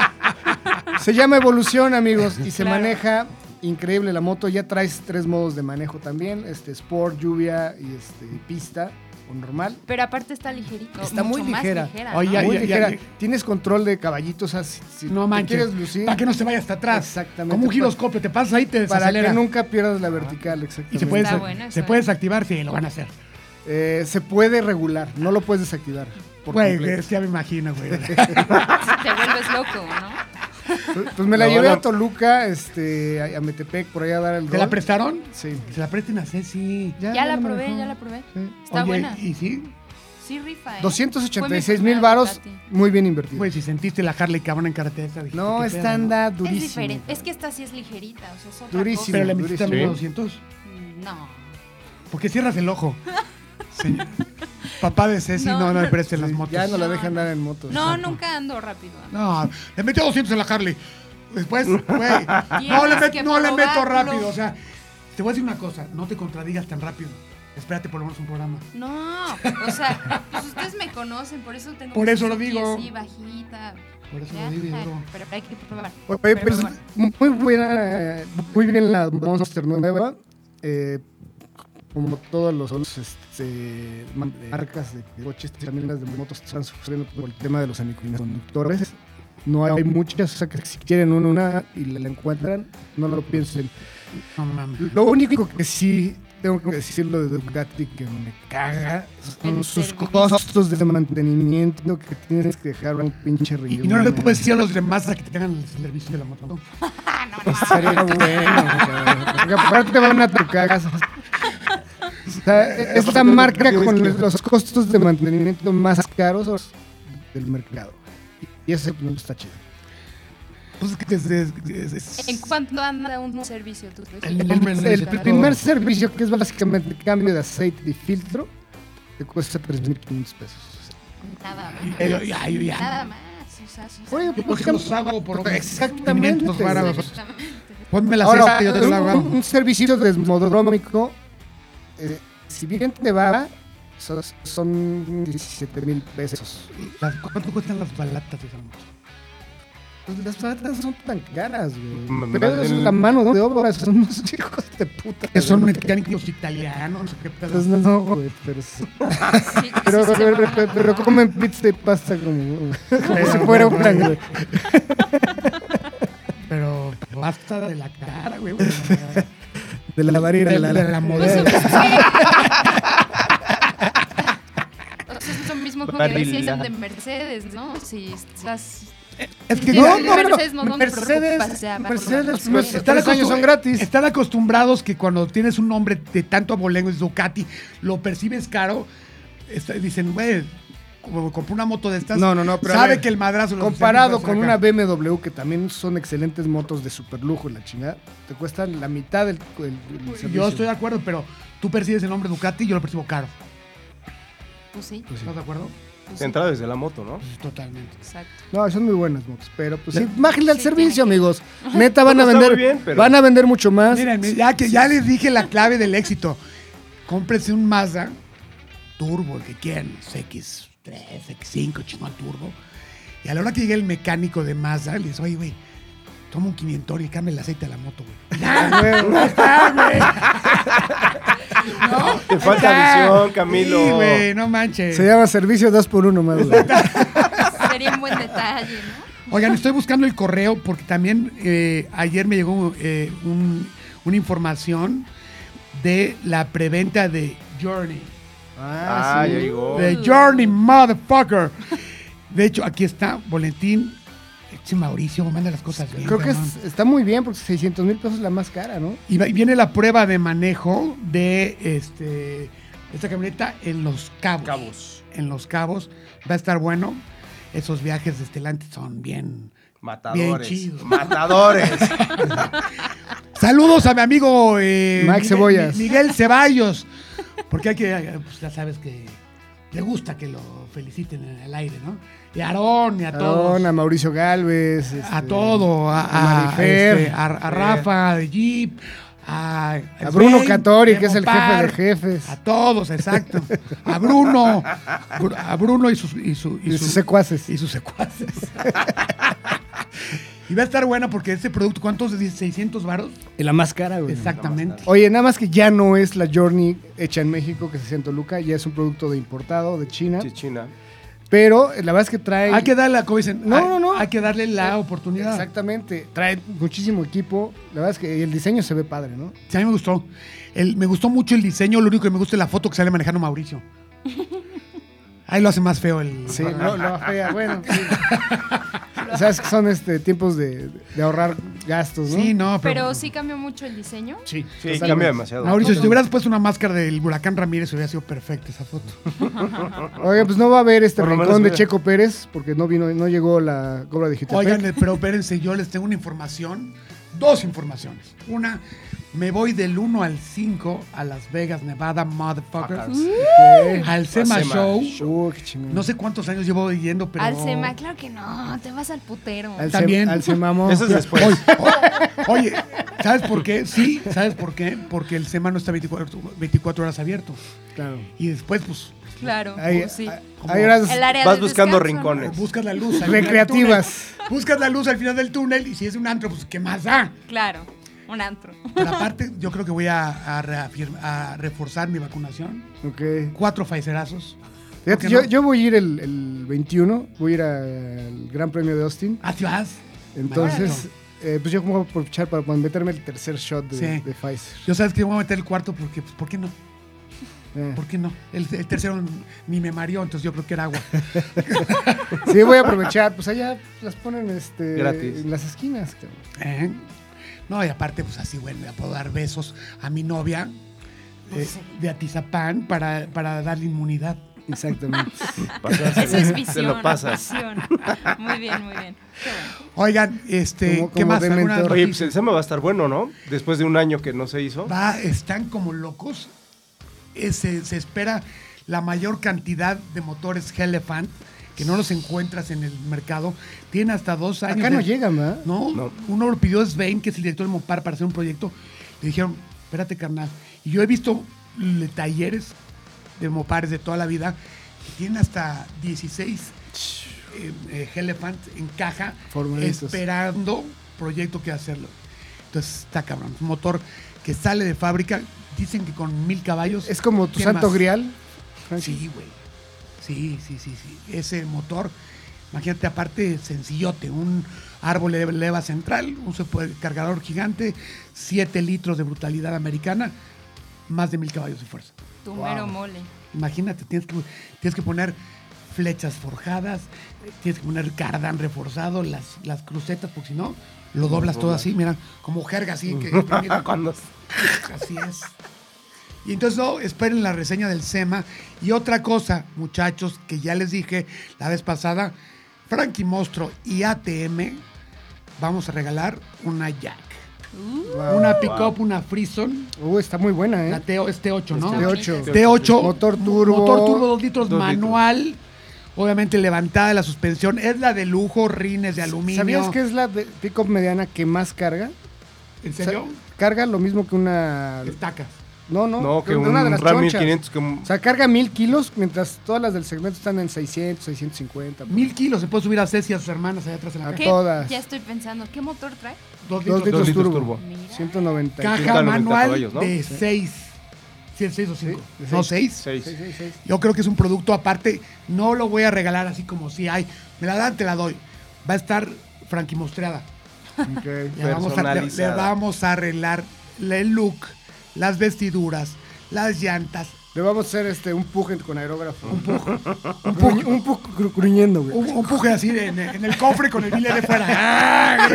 Speaker 3: se llama evolución, amigos, y se
Speaker 1: Claro.
Speaker 3: maneja increíble la moto. Ya traes tres modos de manejo también, este sport, lluvia y este pista o normal.
Speaker 1: Pero aparte está ligerito.
Speaker 3: Está
Speaker 1: mucho
Speaker 3: muy
Speaker 1: más
Speaker 3: ligera.
Speaker 1: ligera
Speaker 2: Oye,
Speaker 1: ¿no?
Speaker 2: Ya,
Speaker 3: Muy
Speaker 2: ya,
Speaker 3: ligera.
Speaker 2: ya.
Speaker 3: Tienes control de caballitos, o sea, si, si
Speaker 2: No
Speaker 3: te
Speaker 2: manches.
Speaker 3: quieres lucir.
Speaker 2: Para que no se vaya hasta atrás.
Speaker 3: Exactamente.
Speaker 2: Como un giroscopio, te pasas ahí y te
Speaker 3: para
Speaker 2: desacelera.
Speaker 3: que nunca pierdas la vertical, exactamente.
Speaker 2: Y se puede,
Speaker 1: Está
Speaker 2: desa-
Speaker 1: bueno, ¿eh?
Speaker 2: se
Speaker 1: está
Speaker 2: puede
Speaker 1: bueno.
Speaker 2: desactivar, sí, lo van a hacer.
Speaker 3: Eh, se puede regular, no lo puedes desactivar. por
Speaker 2: Güey,
Speaker 3: completo.
Speaker 2: es que ya me imagino, güey.
Speaker 1: Te vuelves loco, ¿no?
Speaker 3: Pues- Pues me la
Speaker 4: No,
Speaker 3: llevé
Speaker 4: no.
Speaker 3: a Toluca, este, a- a Metepec, por allá a dar el
Speaker 2: ¿Te la
Speaker 3: rol.
Speaker 2: prestaron?
Speaker 3: Sí.
Speaker 2: Que Se la presten a Ceci.
Speaker 1: Ya la
Speaker 3: me
Speaker 1: probé,
Speaker 3: dejó.
Speaker 1: ya la probé.
Speaker 3: Sí.
Speaker 1: Está
Speaker 2: Oye,
Speaker 1: buena.
Speaker 2: ¿y sí?
Speaker 1: Sí, rifa, ¿eh?
Speaker 3: 286
Speaker 1: Fue mi
Speaker 3: mil
Speaker 1: primera
Speaker 3: varos,
Speaker 1: Ducati.
Speaker 3: muy bien invertido.
Speaker 2: Güey, si sentiste la Harley cabrón en carretera. dijiste,
Speaker 3: no,
Speaker 2: ¿qué
Speaker 3: esta
Speaker 2: pedo, no?
Speaker 3: anda
Speaker 1: Es
Speaker 3: durísimo.
Speaker 1: diferente. Es que esta sí es ligerita, o sea, es otra
Speaker 3: Durísimo.
Speaker 2: Pero
Speaker 1: cosa. Mm,
Speaker 2: le metiste a
Speaker 4: Sí.
Speaker 2: menos 200.
Speaker 1: No.
Speaker 2: ¿Por qué cierras el ojo? Señor. Papá de Ceci, no,
Speaker 1: No.
Speaker 2: no, le presten las motos.
Speaker 3: Ya no la dejan andar en moto.
Speaker 1: No, nunca ando rápido. amigo.
Speaker 2: No, le metió 200 en la Harley. Después, güey, no, le,
Speaker 1: Tienes
Speaker 2: met-
Speaker 1: que
Speaker 2: no le meto
Speaker 1: probarlo.
Speaker 2: rápido. O sea, te voy a decir una cosa, no te contradigas tan rápido. Espérate por lo menos un programa.
Speaker 1: No, o sea, pues ustedes me conocen, por eso tengo...
Speaker 2: Por
Speaker 1: mi
Speaker 2: eso lo
Speaker 1: Suzuki
Speaker 2: digo.
Speaker 1: así, bajita.
Speaker 2: Por eso lo
Speaker 1: Ya,
Speaker 2: digo, bro.
Speaker 1: Pero hay que probar.
Speaker 3: Oye,
Speaker 1: Pero
Speaker 3: pues,
Speaker 1: bueno.
Speaker 3: muy buena, eh, muy bien la Monster nueva. eh, como todos los otros este, man- de marcas de coches, también las de motos están sufriendo por el tema de los semiconductores. No hay muchas, o sea que si quieren una, una y la la encuentran, no lo piensen.
Speaker 2: No mames.
Speaker 3: Lo único que sí tengo que decirlo de Ducati que me caga son
Speaker 1: El
Speaker 3: sus
Speaker 1: servicio.
Speaker 3: costos de mantenimiento que tienes que dejar a un pinche
Speaker 2: Y,
Speaker 3: río.
Speaker 2: y no le
Speaker 3: mames.
Speaker 2: puedes decir a los demás a que te hagan el servicio de la moto. ¿no?
Speaker 1: ah,
Speaker 3: Estaría bueno, cabrón. Porque aparte van a tu casa. O sea, es la marca con los costos de mantenimiento más caros del mercado. Y eso no está chido.
Speaker 2: Pues es que es- es- es- es-
Speaker 1: ¿En cuánto anda un servicio tú? crees?
Speaker 2: El nombre no
Speaker 3: El
Speaker 2: dice todo.
Speaker 3: primer servicio, que es básicamente cambio de aceite y filtro, te cuesta 3.500 pesos.
Speaker 1: Nada más.
Speaker 2: Eh, ya, ya, ya.
Speaker 1: Nada más. O sea, o sea,
Speaker 3: Oye,
Speaker 2: Yo porque los hago por
Speaker 3: Exactamente.
Speaker 2: 500 varos.
Speaker 1: exactamente.
Speaker 2: Ponme la
Speaker 3: Ahora,
Speaker 2: cesta, yo te la
Speaker 3: un,
Speaker 2: hago.
Speaker 3: un servicio desmodrómico, eh, si bien te va, son, son 17 mil pesos.
Speaker 2: Las- ¿Cuánto cuestan las balatas de esa moto?
Speaker 3: Pues las patatas son tan caras,
Speaker 4: M-
Speaker 3: güey.
Speaker 4: m-
Speaker 3: Pero es
Speaker 4: el-
Speaker 3: la mano de obra, son unos hijos de puta.
Speaker 2: Que son mecánicos italianos, no sé qué pedo.
Speaker 3: Entonces, no, no, güey, pero, sí.
Speaker 1: Sí,
Speaker 3: pero,
Speaker 1: sí, sí,
Speaker 3: pero-
Speaker 1: se
Speaker 3: pero-
Speaker 1: mamaron.
Speaker 3: pero comen pizza y pasta como, como si
Speaker 2: Pero,
Speaker 3: fuera
Speaker 2: güey,
Speaker 3: un plan, güey.
Speaker 2: Pero basta de la cara, güey.
Speaker 3: De la varera,
Speaker 2: De la, de la
Speaker 1: Pues,
Speaker 2: modelo.
Speaker 1: pues, sí. O sea, es lo mismo como que
Speaker 4: Barrila.
Speaker 1: decían de Mercedes, ¿no? Si estás...
Speaker 2: Es que
Speaker 1: No,
Speaker 2: ya-
Speaker 1: no, Mercedes, no, no me preocupa,
Speaker 3: Mercedes,
Speaker 1: se va a
Speaker 3: Mercedes,
Speaker 1: probar.
Speaker 3: pues,
Speaker 1: Los
Speaker 3: tres
Speaker 2: acostum-
Speaker 3: años son gratis.
Speaker 2: Están acostumbrados que cuando tienes un nombre de tanto abolengo, es Ducati, lo percibes caro. está- dicen, güey, como compré una moto de estas.
Speaker 3: No, no, no, pero a
Speaker 2: Sabe
Speaker 3: ver,
Speaker 2: que el madrazo. lo-
Speaker 3: Comparado
Speaker 2: se
Speaker 3: con
Speaker 2: acá.
Speaker 3: una BMW, que también son excelentes motos de super lujo, la chingada, te cuestan la mitad del el- el servicio.
Speaker 2: Pues, Yo estoy de acuerdo, pero tú percibes el nombre Ducati y yo lo percibo caro.
Speaker 1: Pues sí,
Speaker 2: ¿Estás de acuerdo?
Speaker 1: pues sí,
Speaker 4: Entrada desde la moto, ¿no?
Speaker 2: Totalmente.
Speaker 1: exacto.
Speaker 3: No, son muy buenas motos, pero pues
Speaker 2: Le-
Speaker 3: sí, bájenle al
Speaker 1: Sí,
Speaker 3: servicio,
Speaker 1: tiene que-
Speaker 3: amigos. Neta, van a
Speaker 4: No, está
Speaker 3: vender,
Speaker 4: muy bien, pero-
Speaker 3: van a vender mucho más.
Speaker 2: Miren, ya, que, ya les dije la clave del éxito. Cómprense un Mazda turbo, el que quieran, X3, X5, chingón turbo. Y a la hora que llegue el mecánico de Mazda, le dice, oye, güey, toma un 500 y cambia el aceite a la moto, güey.
Speaker 4: Te falta visión, Camilo.
Speaker 2: Sí, güey, no manches.
Speaker 3: Se llama servicio 2x1 más. güey.
Speaker 1: Sería un buen detalle, ¿no?
Speaker 2: Oigan, estoy buscando el correo porque también eh, ayer me llegó eh, un- una información de la preventa de Journey.
Speaker 4: Ah, ya llegó.
Speaker 2: The Journey, motherfucker. De hecho, aquí está, boletín. Este Mauricio manda las cosas bien.
Speaker 3: Creo que
Speaker 2: cabrón.
Speaker 3: es- está muy bien porque 600 mil pesos es la más cara, ¿no?
Speaker 2: Y va- y viene la prueba de manejo de este, esta camioneta en Los Cabos.
Speaker 4: Cabos.
Speaker 2: En Los Cabos. Va a estar bueno. Esos viajes de Estelante son bien.
Speaker 4: Matadores.
Speaker 2: Bien chido.
Speaker 4: Matadores.
Speaker 2: Saludos a mi amigo eh,
Speaker 3: Mike
Speaker 2: Miguel-
Speaker 3: Cebollas.
Speaker 2: Mi- Miguel Ceballos. Porque hay que, eh, pues ya sabes que le gusta que lo feliciten en el aire, ¿no? Y a Aarón, y a todos.
Speaker 3: Aarón, a Mauricio Galvez. este,
Speaker 2: a todo, a, a-
Speaker 3: Marifer. eh,
Speaker 2: este, a- a Rafa de Jeep, a,
Speaker 3: A Bruno
Speaker 2: Svein,
Speaker 3: Catori, que es el
Speaker 2: Memo
Speaker 3: jefe de
Speaker 2: Parr,
Speaker 3: jefes.
Speaker 2: A todos, exacto. A Bruno, Bru- a Bruno y sus, y su- y
Speaker 3: Y
Speaker 2: su-
Speaker 3: sus secuaces.
Speaker 2: y sus secuaces. y va a estar buena porque este producto, ¿cuántos? Dice, 600 varos.
Speaker 3: Y la más cara, güey.
Speaker 2: Exactamente.
Speaker 3: Oye, nada más que ya no es la Journey hecha en México que se hace en Toluca, ya es un producto de importado de China.
Speaker 4: China.
Speaker 3: Pero eh, la verdad es que trae.
Speaker 2: Hay que darle, como dicen,
Speaker 3: No,
Speaker 2: hay-
Speaker 3: no, no. Eh,
Speaker 2: Hay que darle la oportunidad.
Speaker 3: Exactamente. Trae muchísimo equipo. La verdad es que el diseño se ve padre, ¿no?
Speaker 2: Sí, a mí me gustó. El- me gustó mucho el diseño, lo único que me gusta es la foto que sale manejando Mauricio. Ahí lo hace más feo el.
Speaker 3: Sí, no, lo afea, bueno. sí. Sabes que son este tiempos de, de ahorrar gastos, ¿no?
Speaker 2: Sí, no, pero.
Speaker 1: Pero sí cambió mucho el diseño.
Speaker 3: Sí,
Speaker 4: Sí,
Speaker 3: totalmente.
Speaker 4: cambia demasiado.
Speaker 2: Mauricio, si te hubieras puesto una máscara del huracán Ramírez, hubiera sido perfecta esa foto.
Speaker 3: Oye, pues no va a haber este
Speaker 4: Por lo
Speaker 3: rincón
Speaker 4: menos
Speaker 3: de
Speaker 4: mira.
Speaker 3: Checo Pérez porque no vino, no llegó la cobra de Jutepec.
Speaker 2: Oigan, pero espérense, yo les tengo una información, dos informaciones. Una, me voy del 1 al 5 a Las Vegas, Nevada, motherfuckers.
Speaker 1: Uh.
Speaker 2: Al SEMA
Speaker 4: SEMA
Speaker 2: Show.
Speaker 3: Uh, qué chingón.
Speaker 2: No sé cuántos años llevo yendo, pero.
Speaker 1: Al SEMA, claro que no, te vas al putero.
Speaker 3: Al se-
Speaker 2: también.
Speaker 3: Al se mamó.
Speaker 4: Eso es después.
Speaker 2: Pues, Oye, ¿sabes por qué? Sí, ¿sabes por qué? Porque el SEMA no está 24, 24 horas abierto.
Speaker 3: Claro.
Speaker 2: Y después, pues,
Speaker 1: claro,
Speaker 3: Ahí,
Speaker 1: pues sí.
Speaker 3: ahí- ahí eras-
Speaker 1: El área
Speaker 4: Vas
Speaker 1: del
Speaker 4: buscando
Speaker 1: descanso, ¿no?
Speaker 4: rincones.
Speaker 2: buscas la luz. al final del
Speaker 3: Recreativas.
Speaker 2: túnel. Buscas la luz al final del túnel y si es un antro, pues, ¿qué más da?
Speaker 1: Claro, un antro.
Speaker 2: Pero aparte, yo creo que voy a, a reafirm- a reforzar mi vacunación.
Speaker 3: Ok.
Speaker 2: Cuatro Pfizerazos. ¿Por
Speaker 3: Fíjate,
Speaker 2: qué
Speaker 3: yo,
Speaker 2: no?
Speaker 3: yo voy a ir el, el 21, voy a ir al Gran Premio de Austin.
Speaker 2: Ah, ¿sí vas?
Speaker 3: Entonces,
Speaker 2: Bueno.
Speaker 3: eh, pues yo como voy a aprovechar para meterme el tercer shot de,
Speaker 2: Sí.
Speaker 3: de Pfizer.
Speaker 2: Yo sabes que voy a meter el cuarto porque, pues, ¿por qué no?
Speaker 3: Eh.
Speaker 2: ¿Por qué no? El, el tercero ni me mareó, entonces yo creo que era agua.
Speaker 3: Sí, voy a aprovechar. Pues allá las ponen este,
Speaker 4: Gratis.
Speaker 3: en las esquinas. cabrón.
Speaker 2: ¿Eh? No, y aparte, pues así, bueno, le puedo dar besos a mi novia eh, de Atizapán para, para darle inmunidad.
Speaker 3: Exactamente.
Speaker 4: Pasas-
Speaker 1: Eso es
Speaker 4: Te
Speaker 1: visión.
Speaker 4: lo pasas.
Speaker 1: visión. Muy bien, muy bien. Qué bueno.
Speaker 2: Oigan, este,
Speaker 3: Como-
Speaker 2: ¿qué
Speaker 3: como
Speaker 2: más?
Speaker 3: de
Speaker 2: ¿Alguna
Speaker 3: mentor.
Speaker 4: Oye, pues
Speaker 2: noticia?
Speaker 4: el SEMA va a estar bueno, ¿no? Después de un año que no se hizo.
Speaker 2: Va, están como locos. Eh, se, se espera la mayor cantidad de motores Elephant que no los encuentras en el mercado. Tienen hasta dos años.
Speaker 3: Acá no
Speaker 2: de-
Speaker 3: llegan, ¿verdad?
Speaker 2: No,
Speaker 4: No.
Speaker 2: uno lo pidió a Svein, que es el director de Mopar, para hacer un proyecto. Le dijeron, espérate, carnal. Y yo he visto le- talleres de Mopares de toda la vida que tienen hasta 16 eh, eh, Elephant en caja,
Speaker 3: Formaditos.
Speaker 2: esperando proyecto que hacerlo. Entonces está cabrón. Un motor que sale de fábrica, dicen que con mil caballos.
Speaker 3: Es como tu
Speaker 2: ¿Qué
Speaker 3: santo
Speaker 2: más?
Speaker 3: grial.
Speaker 2: Pues Sí, güey. Sí, sí, sí, sí. Ese motor, imagínate, aparte sencillote, un árbol de leva central, un super- cargador gigante, 7 litros de brutalidad americana, más de mil caballos de fuerza.
Speaker 1: Tu mero mole.
Speaker 2: Imagínate, tienes que, tienes que poner flechas forjadas, eh, tienes que poner cardán reforzado, las, las crucetas, porque si no, lo doblas todo así, mira, como jerga así. Que, mira,
Speaker 4: Cuando-
Speaker 2: Así es. Y entonces, no, esperen la reseña del SEMA. Y otra cosa, muchachos, que ya les dije la vez pasada, Frankie Mostro y ATM vamos a regalar una Jack. Una pick-up, una Frison,
Speaker 3: Uh, está muy buena,
Speaker 2: la
Speaker 3: Uh. ¿eh?
Speaker 2: T- este 8, ¿no?
Speaker 3: De 8.
Speaker 2: T8.
Speaker 3: Motor turbo.
Speaker 2: Motor turbo, 2 litros,
Speaker 4: Dos
Speaker 2: manual. Obviamente levantada de la suspensión. Es la de lujo, rines de aluminio.
Speaker 3: ¿Sabías que es la de pick-up mediana que más carga?
Speaker 2: ¿En serio?
Speaker 3: O sea, carga lo mismo que una...
Speaker 2: Estacas.
Speaker 3: No, no.
Speaker 4: No, que
Speaker 3: de
Speaker 4: un
Speaker 3: de las
Speaker 4: RAM
Speaker 3: chonchas.
Speaker 4: 1500 que un-
Speaker 3: O sea, carga mil kilos, mientras todas las del segmento están en 600, 650.
Speaker 2: Mil kilos. Se puede subir a Ceci y a sus hermanas allá atrás en la
Speaker 3: A
Speaker 2: caja.
Speaker 1: ¿Qué?
Speaker 3: todas.
Speaker 1: Ya estoy pensando, ¿qué motor trae?
Speaker 2: Dos
Speaker 3: Dos
Speaker 2: litros.
Speaker 3: litros,
Speaker 4: litros
Speaker 3: turbo.
Speaker 4: turbo.
Speaker 1: Mira.
Speaker 3: 190.
Speaker 2: Caja
Speaker 4: 190
Speaker 2: manual
Speaker 4: caballos, ¿no?
Speaker 2: de 6. ¿Sí es 6 o 5?
Speaker 3: Sí, de
Speaker 2: no,
Speaker 3: seis.
Speaker 2: 6.
Speaker 4: Seis.
Speaker 3: Sí, sí, sí.
Speaker 2: Yo creo que es un producto aparte. No lo voy a regalar así como si hay. Me la dan, te la doy. Va a estar franquimostreada.
Speaker 3: Ok.
Speaker 2: Le vamos, a, le- le
Speaker 4: Personalizada.
Speaker 2: vamos a arreglar el look, las vestiduras, las llantas.
Speaker 3: Le vamos a hacer este, un puje con aerógrafo. Un puje. Un puje, gru- gruñendo, güey.
Speaker 2: Un, un puje así en, en el cofre con el billete de fuera. ¡Ah!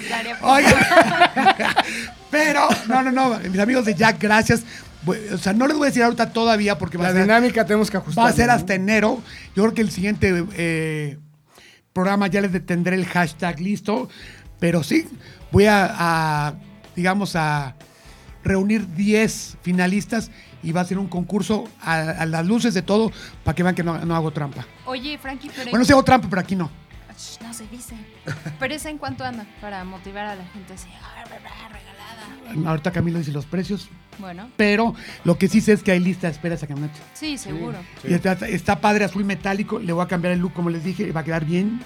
Speaker 1: Estaría-
Speaker 2: Ah. Oiga. Pero, no, no, no. Mis amigos de Jack, gracias. Bu- O sea, no les voy a decir ahorita todavía porque va
Speaker 3: La
Speaker 2: a ser
Speaker 3: dinámica tenemos que ajustar.
Speaker 2: Pues Va a ser hasta enero. Yo creo que el siguiente eh, programa ya les detendré el hashtag listo. Pero sí, voy a, a, digamos, a reunir 10 finalistas y va a ser un concurso a, a las luces de todo para que vean que no, no hago trampa.
Speaker 1: Oye, Frankie, pero.
Speaker 2: Bueno, sí hago trampa, pero aquí no.
Speaker 1: Sh, No se dice. Pero esa en cuanto anda para motivar a la gente así. "Ah, bla, bla, regalada.
Speaker 2: Ahorita Camilo dice los precios,
Speaker 1: Bueno,
Speaker 2: pero lo que sí sé es que hay lista de espera esa camioneta.
Speaker 1: sí, seguro.
Speaker 2: Y está, está padre azul metálico, le voy a cambiar el look como les dije y va a quedar bien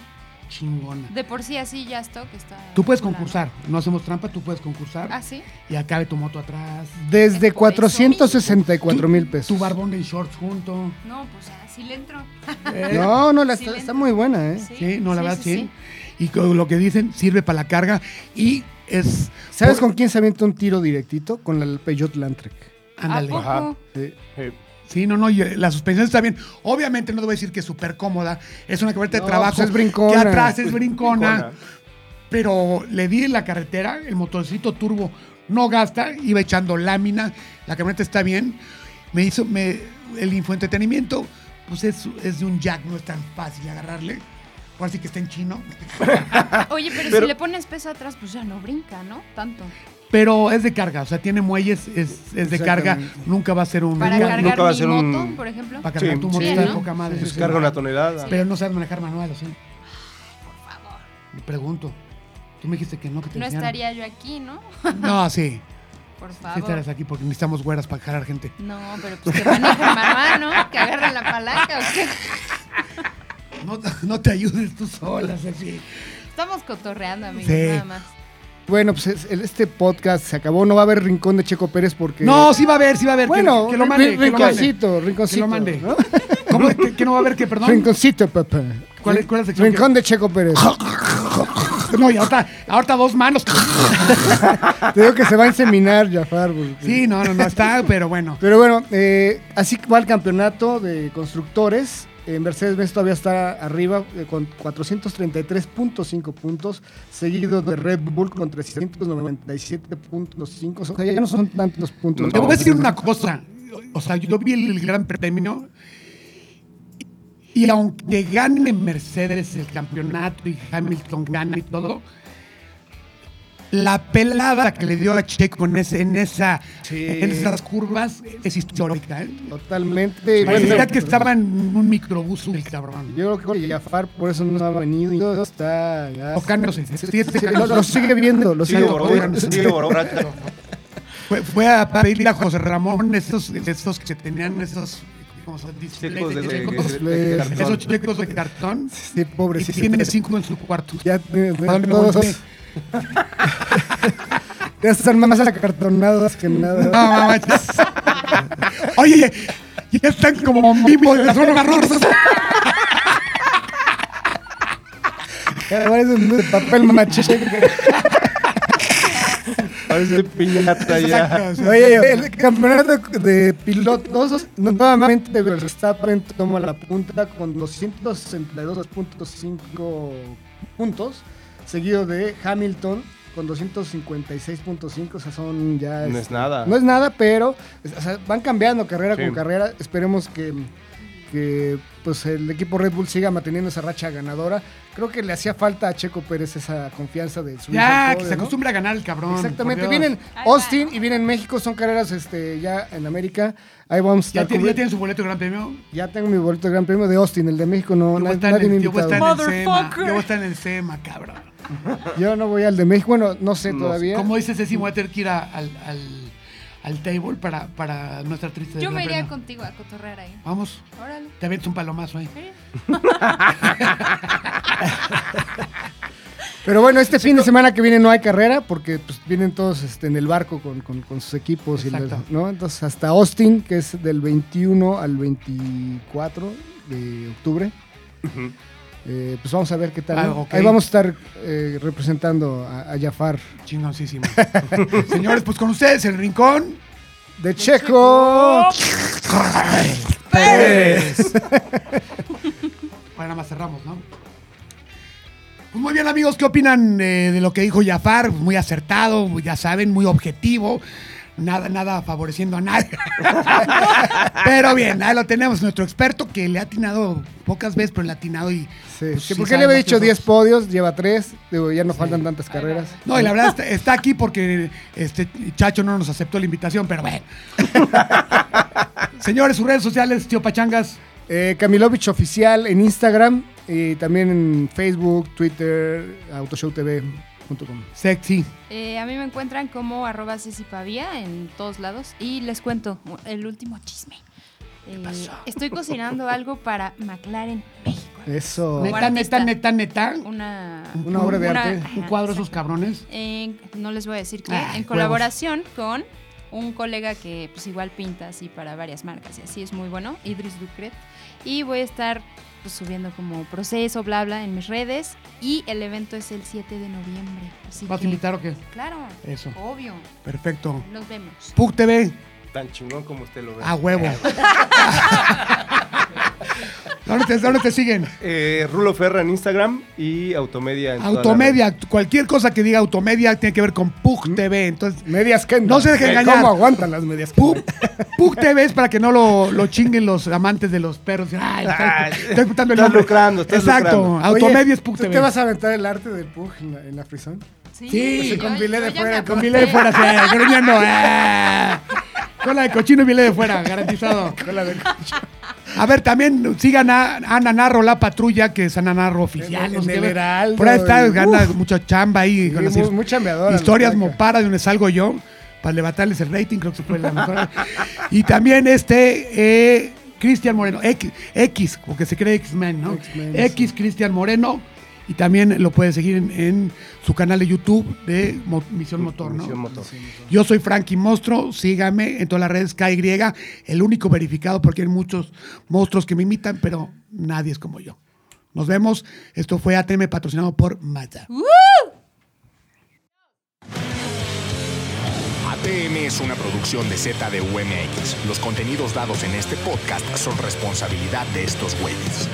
Speaker 2: chingona.
Speaker 1: De por sí así ya stock está.
Speaker 2: Tú puedes
Speaker 1: chula, ¿no?
Speaker 2: concursar, no hacemos trampa, tú puedes concursar
Speaker 1: Ah, sí.
Speaker 2: y acabe tu moto atrás.
Speaker 3: Desde
Speaker 1: Es por eso
Speaker 3: 464 mil pesos.
Speaker 2: Tu barbón en shorts junto.
Speaker 1: No, pues así le entro.
Speaker 2: Eh,
Speaker 3: No, no, la
Speaker 1: Sí,
Speaker 3: está,
Speaker 1: le
Speaker 3: está
Speaker 1: entra.
Speaker 3: muy buena, ¿eh?
Speaker 2: Sí, no, la verdad sí. Y con lo que dicen sirve para la carga y es.
Speaker 3: ¿Sabes
Speaker 2: por-
Speaker 3: con quién se avienta un tiro directito? Con la Peugeot Landtrek.
Speaker 1: ¿A
Speaker 2: Ándale.
Speaker 1: poco?
Speaker 4: Ajá. Eh,
Speaker 2: Sí, no, no, y eh, la suspensión está bien. Obviamente no te voy a decir que es súper cómoda, es una camioneta
Speaker 3: No,
Speaker 2: de trabajo.
Speaker 3: pues es brincona.
Speaker 2: Que atrás es brincona,
Speaker 4: Brincona.
Speaker 2: Pero le di en la carretera, el motorcito turbo no gasta, iba echando lámina, la camioneta está bien. Me hizo, me, el infoentretenimiento, pues es, es de un jack, no es tan fácil agarrarle. Ahora sí que está en chino.
Speaker 1: Oye, pero,
Speaker 4: Pero-
Speaker 1: si le pones peso atrás, pues ya no brinca, ¿no? Tanto.
Speaker 2: Pero es de carga, o sea, tiene mueyes, es, es de carga,
Speaker 3: Exactamente.
Speaker 2: nunca va a ser un.
Speaker 1: Para
Speaker 2: nunca-
Speaker 1: cargar
Speaker 4: nunca va a
Speaker 1: mi
Speaker 4: ser un-
Speaker 1: moto, por ejemplo.
Speaker 2: para cargar
Speaker 4: Sí,
Speaker 2: tu
Speaker 4: sí,
Speaker 2: moto,
Speaker 1: ¿no?
Speaker 2: está de poca madre.
Speaker 4: Pues
Speaker 2: sí.
Speaker 4: carga una tonelada.
Speaker 2: Pero no sabes manejar manual, o sí.
Speaker 1: Por favor.
Speaker 2: Me pregunto. Tú me dijiste que no, que te
Speaker 1: No
Speaker 2: enseñaron.
Speaker 1: estaría yo aquí, ¿no?
Speaker 2: No, sí.
Speaker 1: Por
Speaker 2: Sí
Speaker 1: favor.
Speaker 2: estarás aquí porque necesitamos güeras para jalar gente.
Speaker 1: No, pero pues que manejen mamá, ¿no? Que agarren la palanca. ¿o qué?
Speaker 2: No, no te ayudes tú sola, Ceci.
Speaker 1: Estamos cotorreando, amigos,
Speaker 2: Sí.
Speaker 1: nada más.
Speaker 3: Bueno, pues es- el- este podcast se acabó. No va a haber rincón de Checo Pérez porque.
Speaker 2: No, sí va a haber, sí va a haber. que-
Speaker 3: bueno,
Speaker 2: que, lo mande.
Speaker 3: rin-
Speaker 2: que lo mande.
Speaker 3: rinconcito, rinconcito.
Speaker 2: Que lo mande.
Speaker 3: ¿no?
Speaker 2: ¿Cómo? ¿Que, que no va a haber que, perdón?
Speaker 3: Rinconcito, papá.
Speaker 2: ¿Cuál es- cuál es la sección
Speaker 3: Rincón de Checo Pérez.
Speaker 2: No, y ahorita, ahorita dos manos.
Speaker 3: Te digo que se va a inseminar, Jafar. porque-
Speaker 2: Sí, no, no, no está, pero bueno.
Speaker 3: Pero bueno, eh, así va el campeonato de constructores. Eh, Mercedes-Benz todavía está arriba eh, con 433.5 puntos, seguido de Red Bull con 397.5. O sea, ya no son tantos los puntos.
Speaker 2: Te voy a decir una cosa. O sea, yo vi el, el gran premio. Y aunque gane Mercedes el campeonato y Hamilton gana y todo, la pelada que le dio a Checo en, ese- en, esa,
Speaker 3: Sí.
Speaker 2: en esas curvas es histórica. ¿eh?
Speaker 3: Totalmente.
Speaker 2: La verdad
Speaker 3: Bueno,
Speaker 2: que estaba en un microbús el cabrón.
Speaker 3: Yo creo que Jafar por eso no ha venido y todo está... ya-
Speaker 2: Tocándose.
Speaker 3: Sí, lo, lo sigue viendo, lo sigue
Speaker 4: Sigue borracho,
Speaker 3: viendo.
Speaker 4: sigue borracho.
Speaker 2: Fue, fue a pedirle a José Ramón estos, estos que tenían esos, ¿cómo se dice?
Speaker 4: Checos de- de- de-
Speaker 2: Checos.
Speaker 4: de- de- de cartón.
Speaker 2: Esos checos de cartón.
Speaker 3: Sí, pobrecito.
Speaker 2: Y tiene cinco en su cuarto.
Speaker 3: Ya tienes
Speaker 2: ¿Para dónde me
Speaker 3: todos-
Speaker 2: volteé?
Speaker 3: Ya están más acartonadas que nada.
Speaker 2: No, mames. Oye, ya están como mimos de solo garros.
Speaker 3: Parece un de papel maché.
Speaker 4: Parece piñata ya.
Speaker 3: Oye, el campeonato de pilotos nuevamente Verstappen toma la punta con 262.5 puntos, seguido de Hamilton con 256.5, o sea, son ya...
Speaker 4: No es nada.
Speaker 3: No es nada, pero o sea, van cambiando carrera
Speaker 4: Sí.
Speaker 3: con carrera. Esperemos que, que, pues el equipo Red Bull siga manteniendo esa racha ganadora. Creo que le hacía falta a Checo Pérez esa confianza de su
Speaker 2: Ya, que se acostumbra a ganar el cabrón.
Speaker 3: Exactamente,
Speaker 2: por Dios.
Speaker 3: vienen Austin y vienen México, son carreras este, ya en América. Ahí vamos a
Speaker 2: ¿Ya,
Speaker 3: estar
Speaker 2: tiene-
Speaker 3: cubri-
Speaker 2: ya tienen su boleto de gran premio.
Speaker 3: Ya tengo mi boleto de Gran Premio de Austin, el de México no,
Speaker 2: Yo voy a
Speaker 3: nadie,
Speaker 2: estar en
Speaker 3: nadie me ha
Speaker 2: el- yo voy a estar
Speaker 3: invitado.
Speaker 2: en el SEMA. Yo voy a estar en el SEMA, cabrón.
Speaker 3: Yo no voy al de México, bueno, no sé
Speaker 4: No,
Speaker 3: todavía.
Speaker 2: Como dice Ceci, voy a tener que ir a- al, al, al table para, para no estar triste. del
Speaker 1: Yo me
Speaker 2: gran
Speaker 1: iría
Speaker 2: premio.
Speaker 1: contigo a cotorrear ahí.
Speaker 2: Vamos,
Speaker 1: Órale.
Speaker 2: te avientas un palomazo ahí.
Speaker 1: ¿eh?
Speaker 3: Pero bueno, este fin de semana que viene no hay carrera porque pues, vienen todos este, en el barco con, con- con sus equipos. Y
Speaker 2: Exacto.
Speaker 3: les- ¿no? Entonces hasta Austin, que es del 21 al 24 de octubre. Eh, pues vamos a ver qué tal.
Speaker 2: Ah,
Speaker 3: ¿no?
Speaker 2: ok.
Speaker 3: Ahí vamos a estar eh, representando a, a Jafar.
Speaker 2: Chingoncísimo. Señores, pues con ustedes, el rincón.
Speaker 3: ¡De Checo!
Speaker 2: Bueno, nada más cerramos, ¿no? Pues muy bien, Pues amigos, ¿qué opinan eh, de lo que dijo Jafar? Muy acertado, ya saben, muy objetivo. nada, nada favoreciendo a nadie. pero bien, ahí lo tenemos, nuestro experto que le ha atinado pocas veces, pero le ha atinado y...
Speaker 3: Sí,
Speaker 2: pues, sí
Speaker 3: que ¿Por qué le había
Speaker 2: sabemos
Speaker 3: dicho
Speaker 2: nosotros.
Speaker 3: 10 podios? Lleva 3. Ya no faltan tantas carreras.
Speaker 2: No, y la verdad está, está aquí porque este Chacho no nos aceptó la invitación, pero bueno. Señores, sus redes sociales, tío Pachangas.
Speaker 3: Eh, Camilovich Oficial en Instagram y también en Facebook, Twitter, autoshowtv.com.
Speaker 2: Sexy.
Speaker 1: Eh, a mí me encuentran como arroba Ceci Pavía en todos lados. Y les cuento el último chisme. Eh, Estoy cocinando algo para McLaren México.
Speaker 2: Eh,
Speaker 3: Eso.
Speaker 1: Como
Speaker 2: Neta,
Speaker 1: artista.
Speaker 2: neta, neta, neta.
Speaker 1: Una,
Speaker 3: Una obra de arte.
Speaker 1: ajá,
Speaker 2: Un cuadro de esos cabrones.
Speaker 1: en- no les voy a decir qué,
Speaker 2: Ay,
Speaker 1: en
Speaker 2: huevos.
Speaker 1: colaboración con un colega que pues igual pinta así para varias marcas y así es muy bueno, Idris Ducret. Y voy a estar pues, subiendo como proceso, bla, bla, en mis redes. Y el evento es el 7 de noviembre. Así
Speaker 2: ¿Vas a
Speaker 1: que-
Speaker 2: invitar o qué?
Speaker 1: Claro,
Speaker 2: Eso.
Speaker 1: obvio.
Speaker 2: Perfecto.
Speaker 1: Nos vemos.
Speaker 2: Pug TV,
Speaker 4: Tan chingón como usted lo ve.
Speaker 2: a huevo. ¿Dónde te, dónde te siguen?
Speaker 4: Eh, Rulo Ferra en Instagram y Automedia en todas las
Speaker 2: Automedia. Cualquier cosa que diga Automedia tiene que ver con Pug TV. Entonces,
Speaker 3: Medias que
Speaker 2: No se deje engañar.
Speaker 3: ¿Cómo aguantan las medias
Speaker 2: Pug, Pug TV es para que no lo, lo chinguen los amantes de los perros. Ay,
Speaker 4: Ah,
Speaker 2: estás, estás putando el
Speaker 4: estás
Speaker 2: nombre.
Speaker 4: lucrando, estás
Speaker 2: Exacto.
Speaker 4: lucrando.
Speaker 2: Automedia es Pug
Speaker 3: ¿Tú
Speaker 2: TV.
Speaker 3: te vas a aventar el arte del Pug en la, en la frisón?
Speaker 2: Sí.
Speaker 1: yo-
Speaker 3: Con Vilé
Speaker 1: yo
Speaker 3: de
Speaker 1: ya
Speaker 3: fuera,
Speaker 1: me
Speaker 3: con
Speaker 1: apunté.
Speaker 2: Vilé de fuera, sí, gruñendo. ah. Cola de cochino y Vilé de fuera, garantizado. A ver, también sigan a Ana Narro, la patrulla, que es Ana Narro oficial.
Speaker 3: En-
Speaker 2: no
Speaker 3: en
Speaker 2: sé
Speaker 3: el
Speaker 2: qué.
Speaker 3: Heraldo,
Speaker 2: Por ahí está,
Speaker 3: en-
Speaker 2: gana
Speaker 3: uf.
Speaker 2: mucha chamba ahí. con
Speaker 3: Sí,
Speaker 2: las
Speaker 3: muy-
Speaker 2: his-
Speaker 3: muy chambeadora,
Speaker 2: Historias
Speaker 3: la muchacha.
Speaker 2: moparas de donde salgo yo, para levantarles el rating, creo que se fue la mejor. y también este, eh, Cristian Moreno, X, X, porque se cree X-Men, ¿no?
Speaker 3: X-Men,
Speaker 2: X, Cristian Moreno. Y también lo puedes seguir en, en su canal de YouTube de Mo- Misión Motor, ¿no?
Speaker 4: Misión Motor.
Speaker 2: Yo soy Frankie Monstruo, sígame en todas las redes KY, el único verificado porque hay muchos monstruos que me imitan, pero nadie es como yo. Nos vemos. Esto fue ATM patrocinado por Mazda.
Speaker 7: ATM es una producción de ZDUMX. Los contenidos dados en este podcast son responsabilidad de estos güeyes.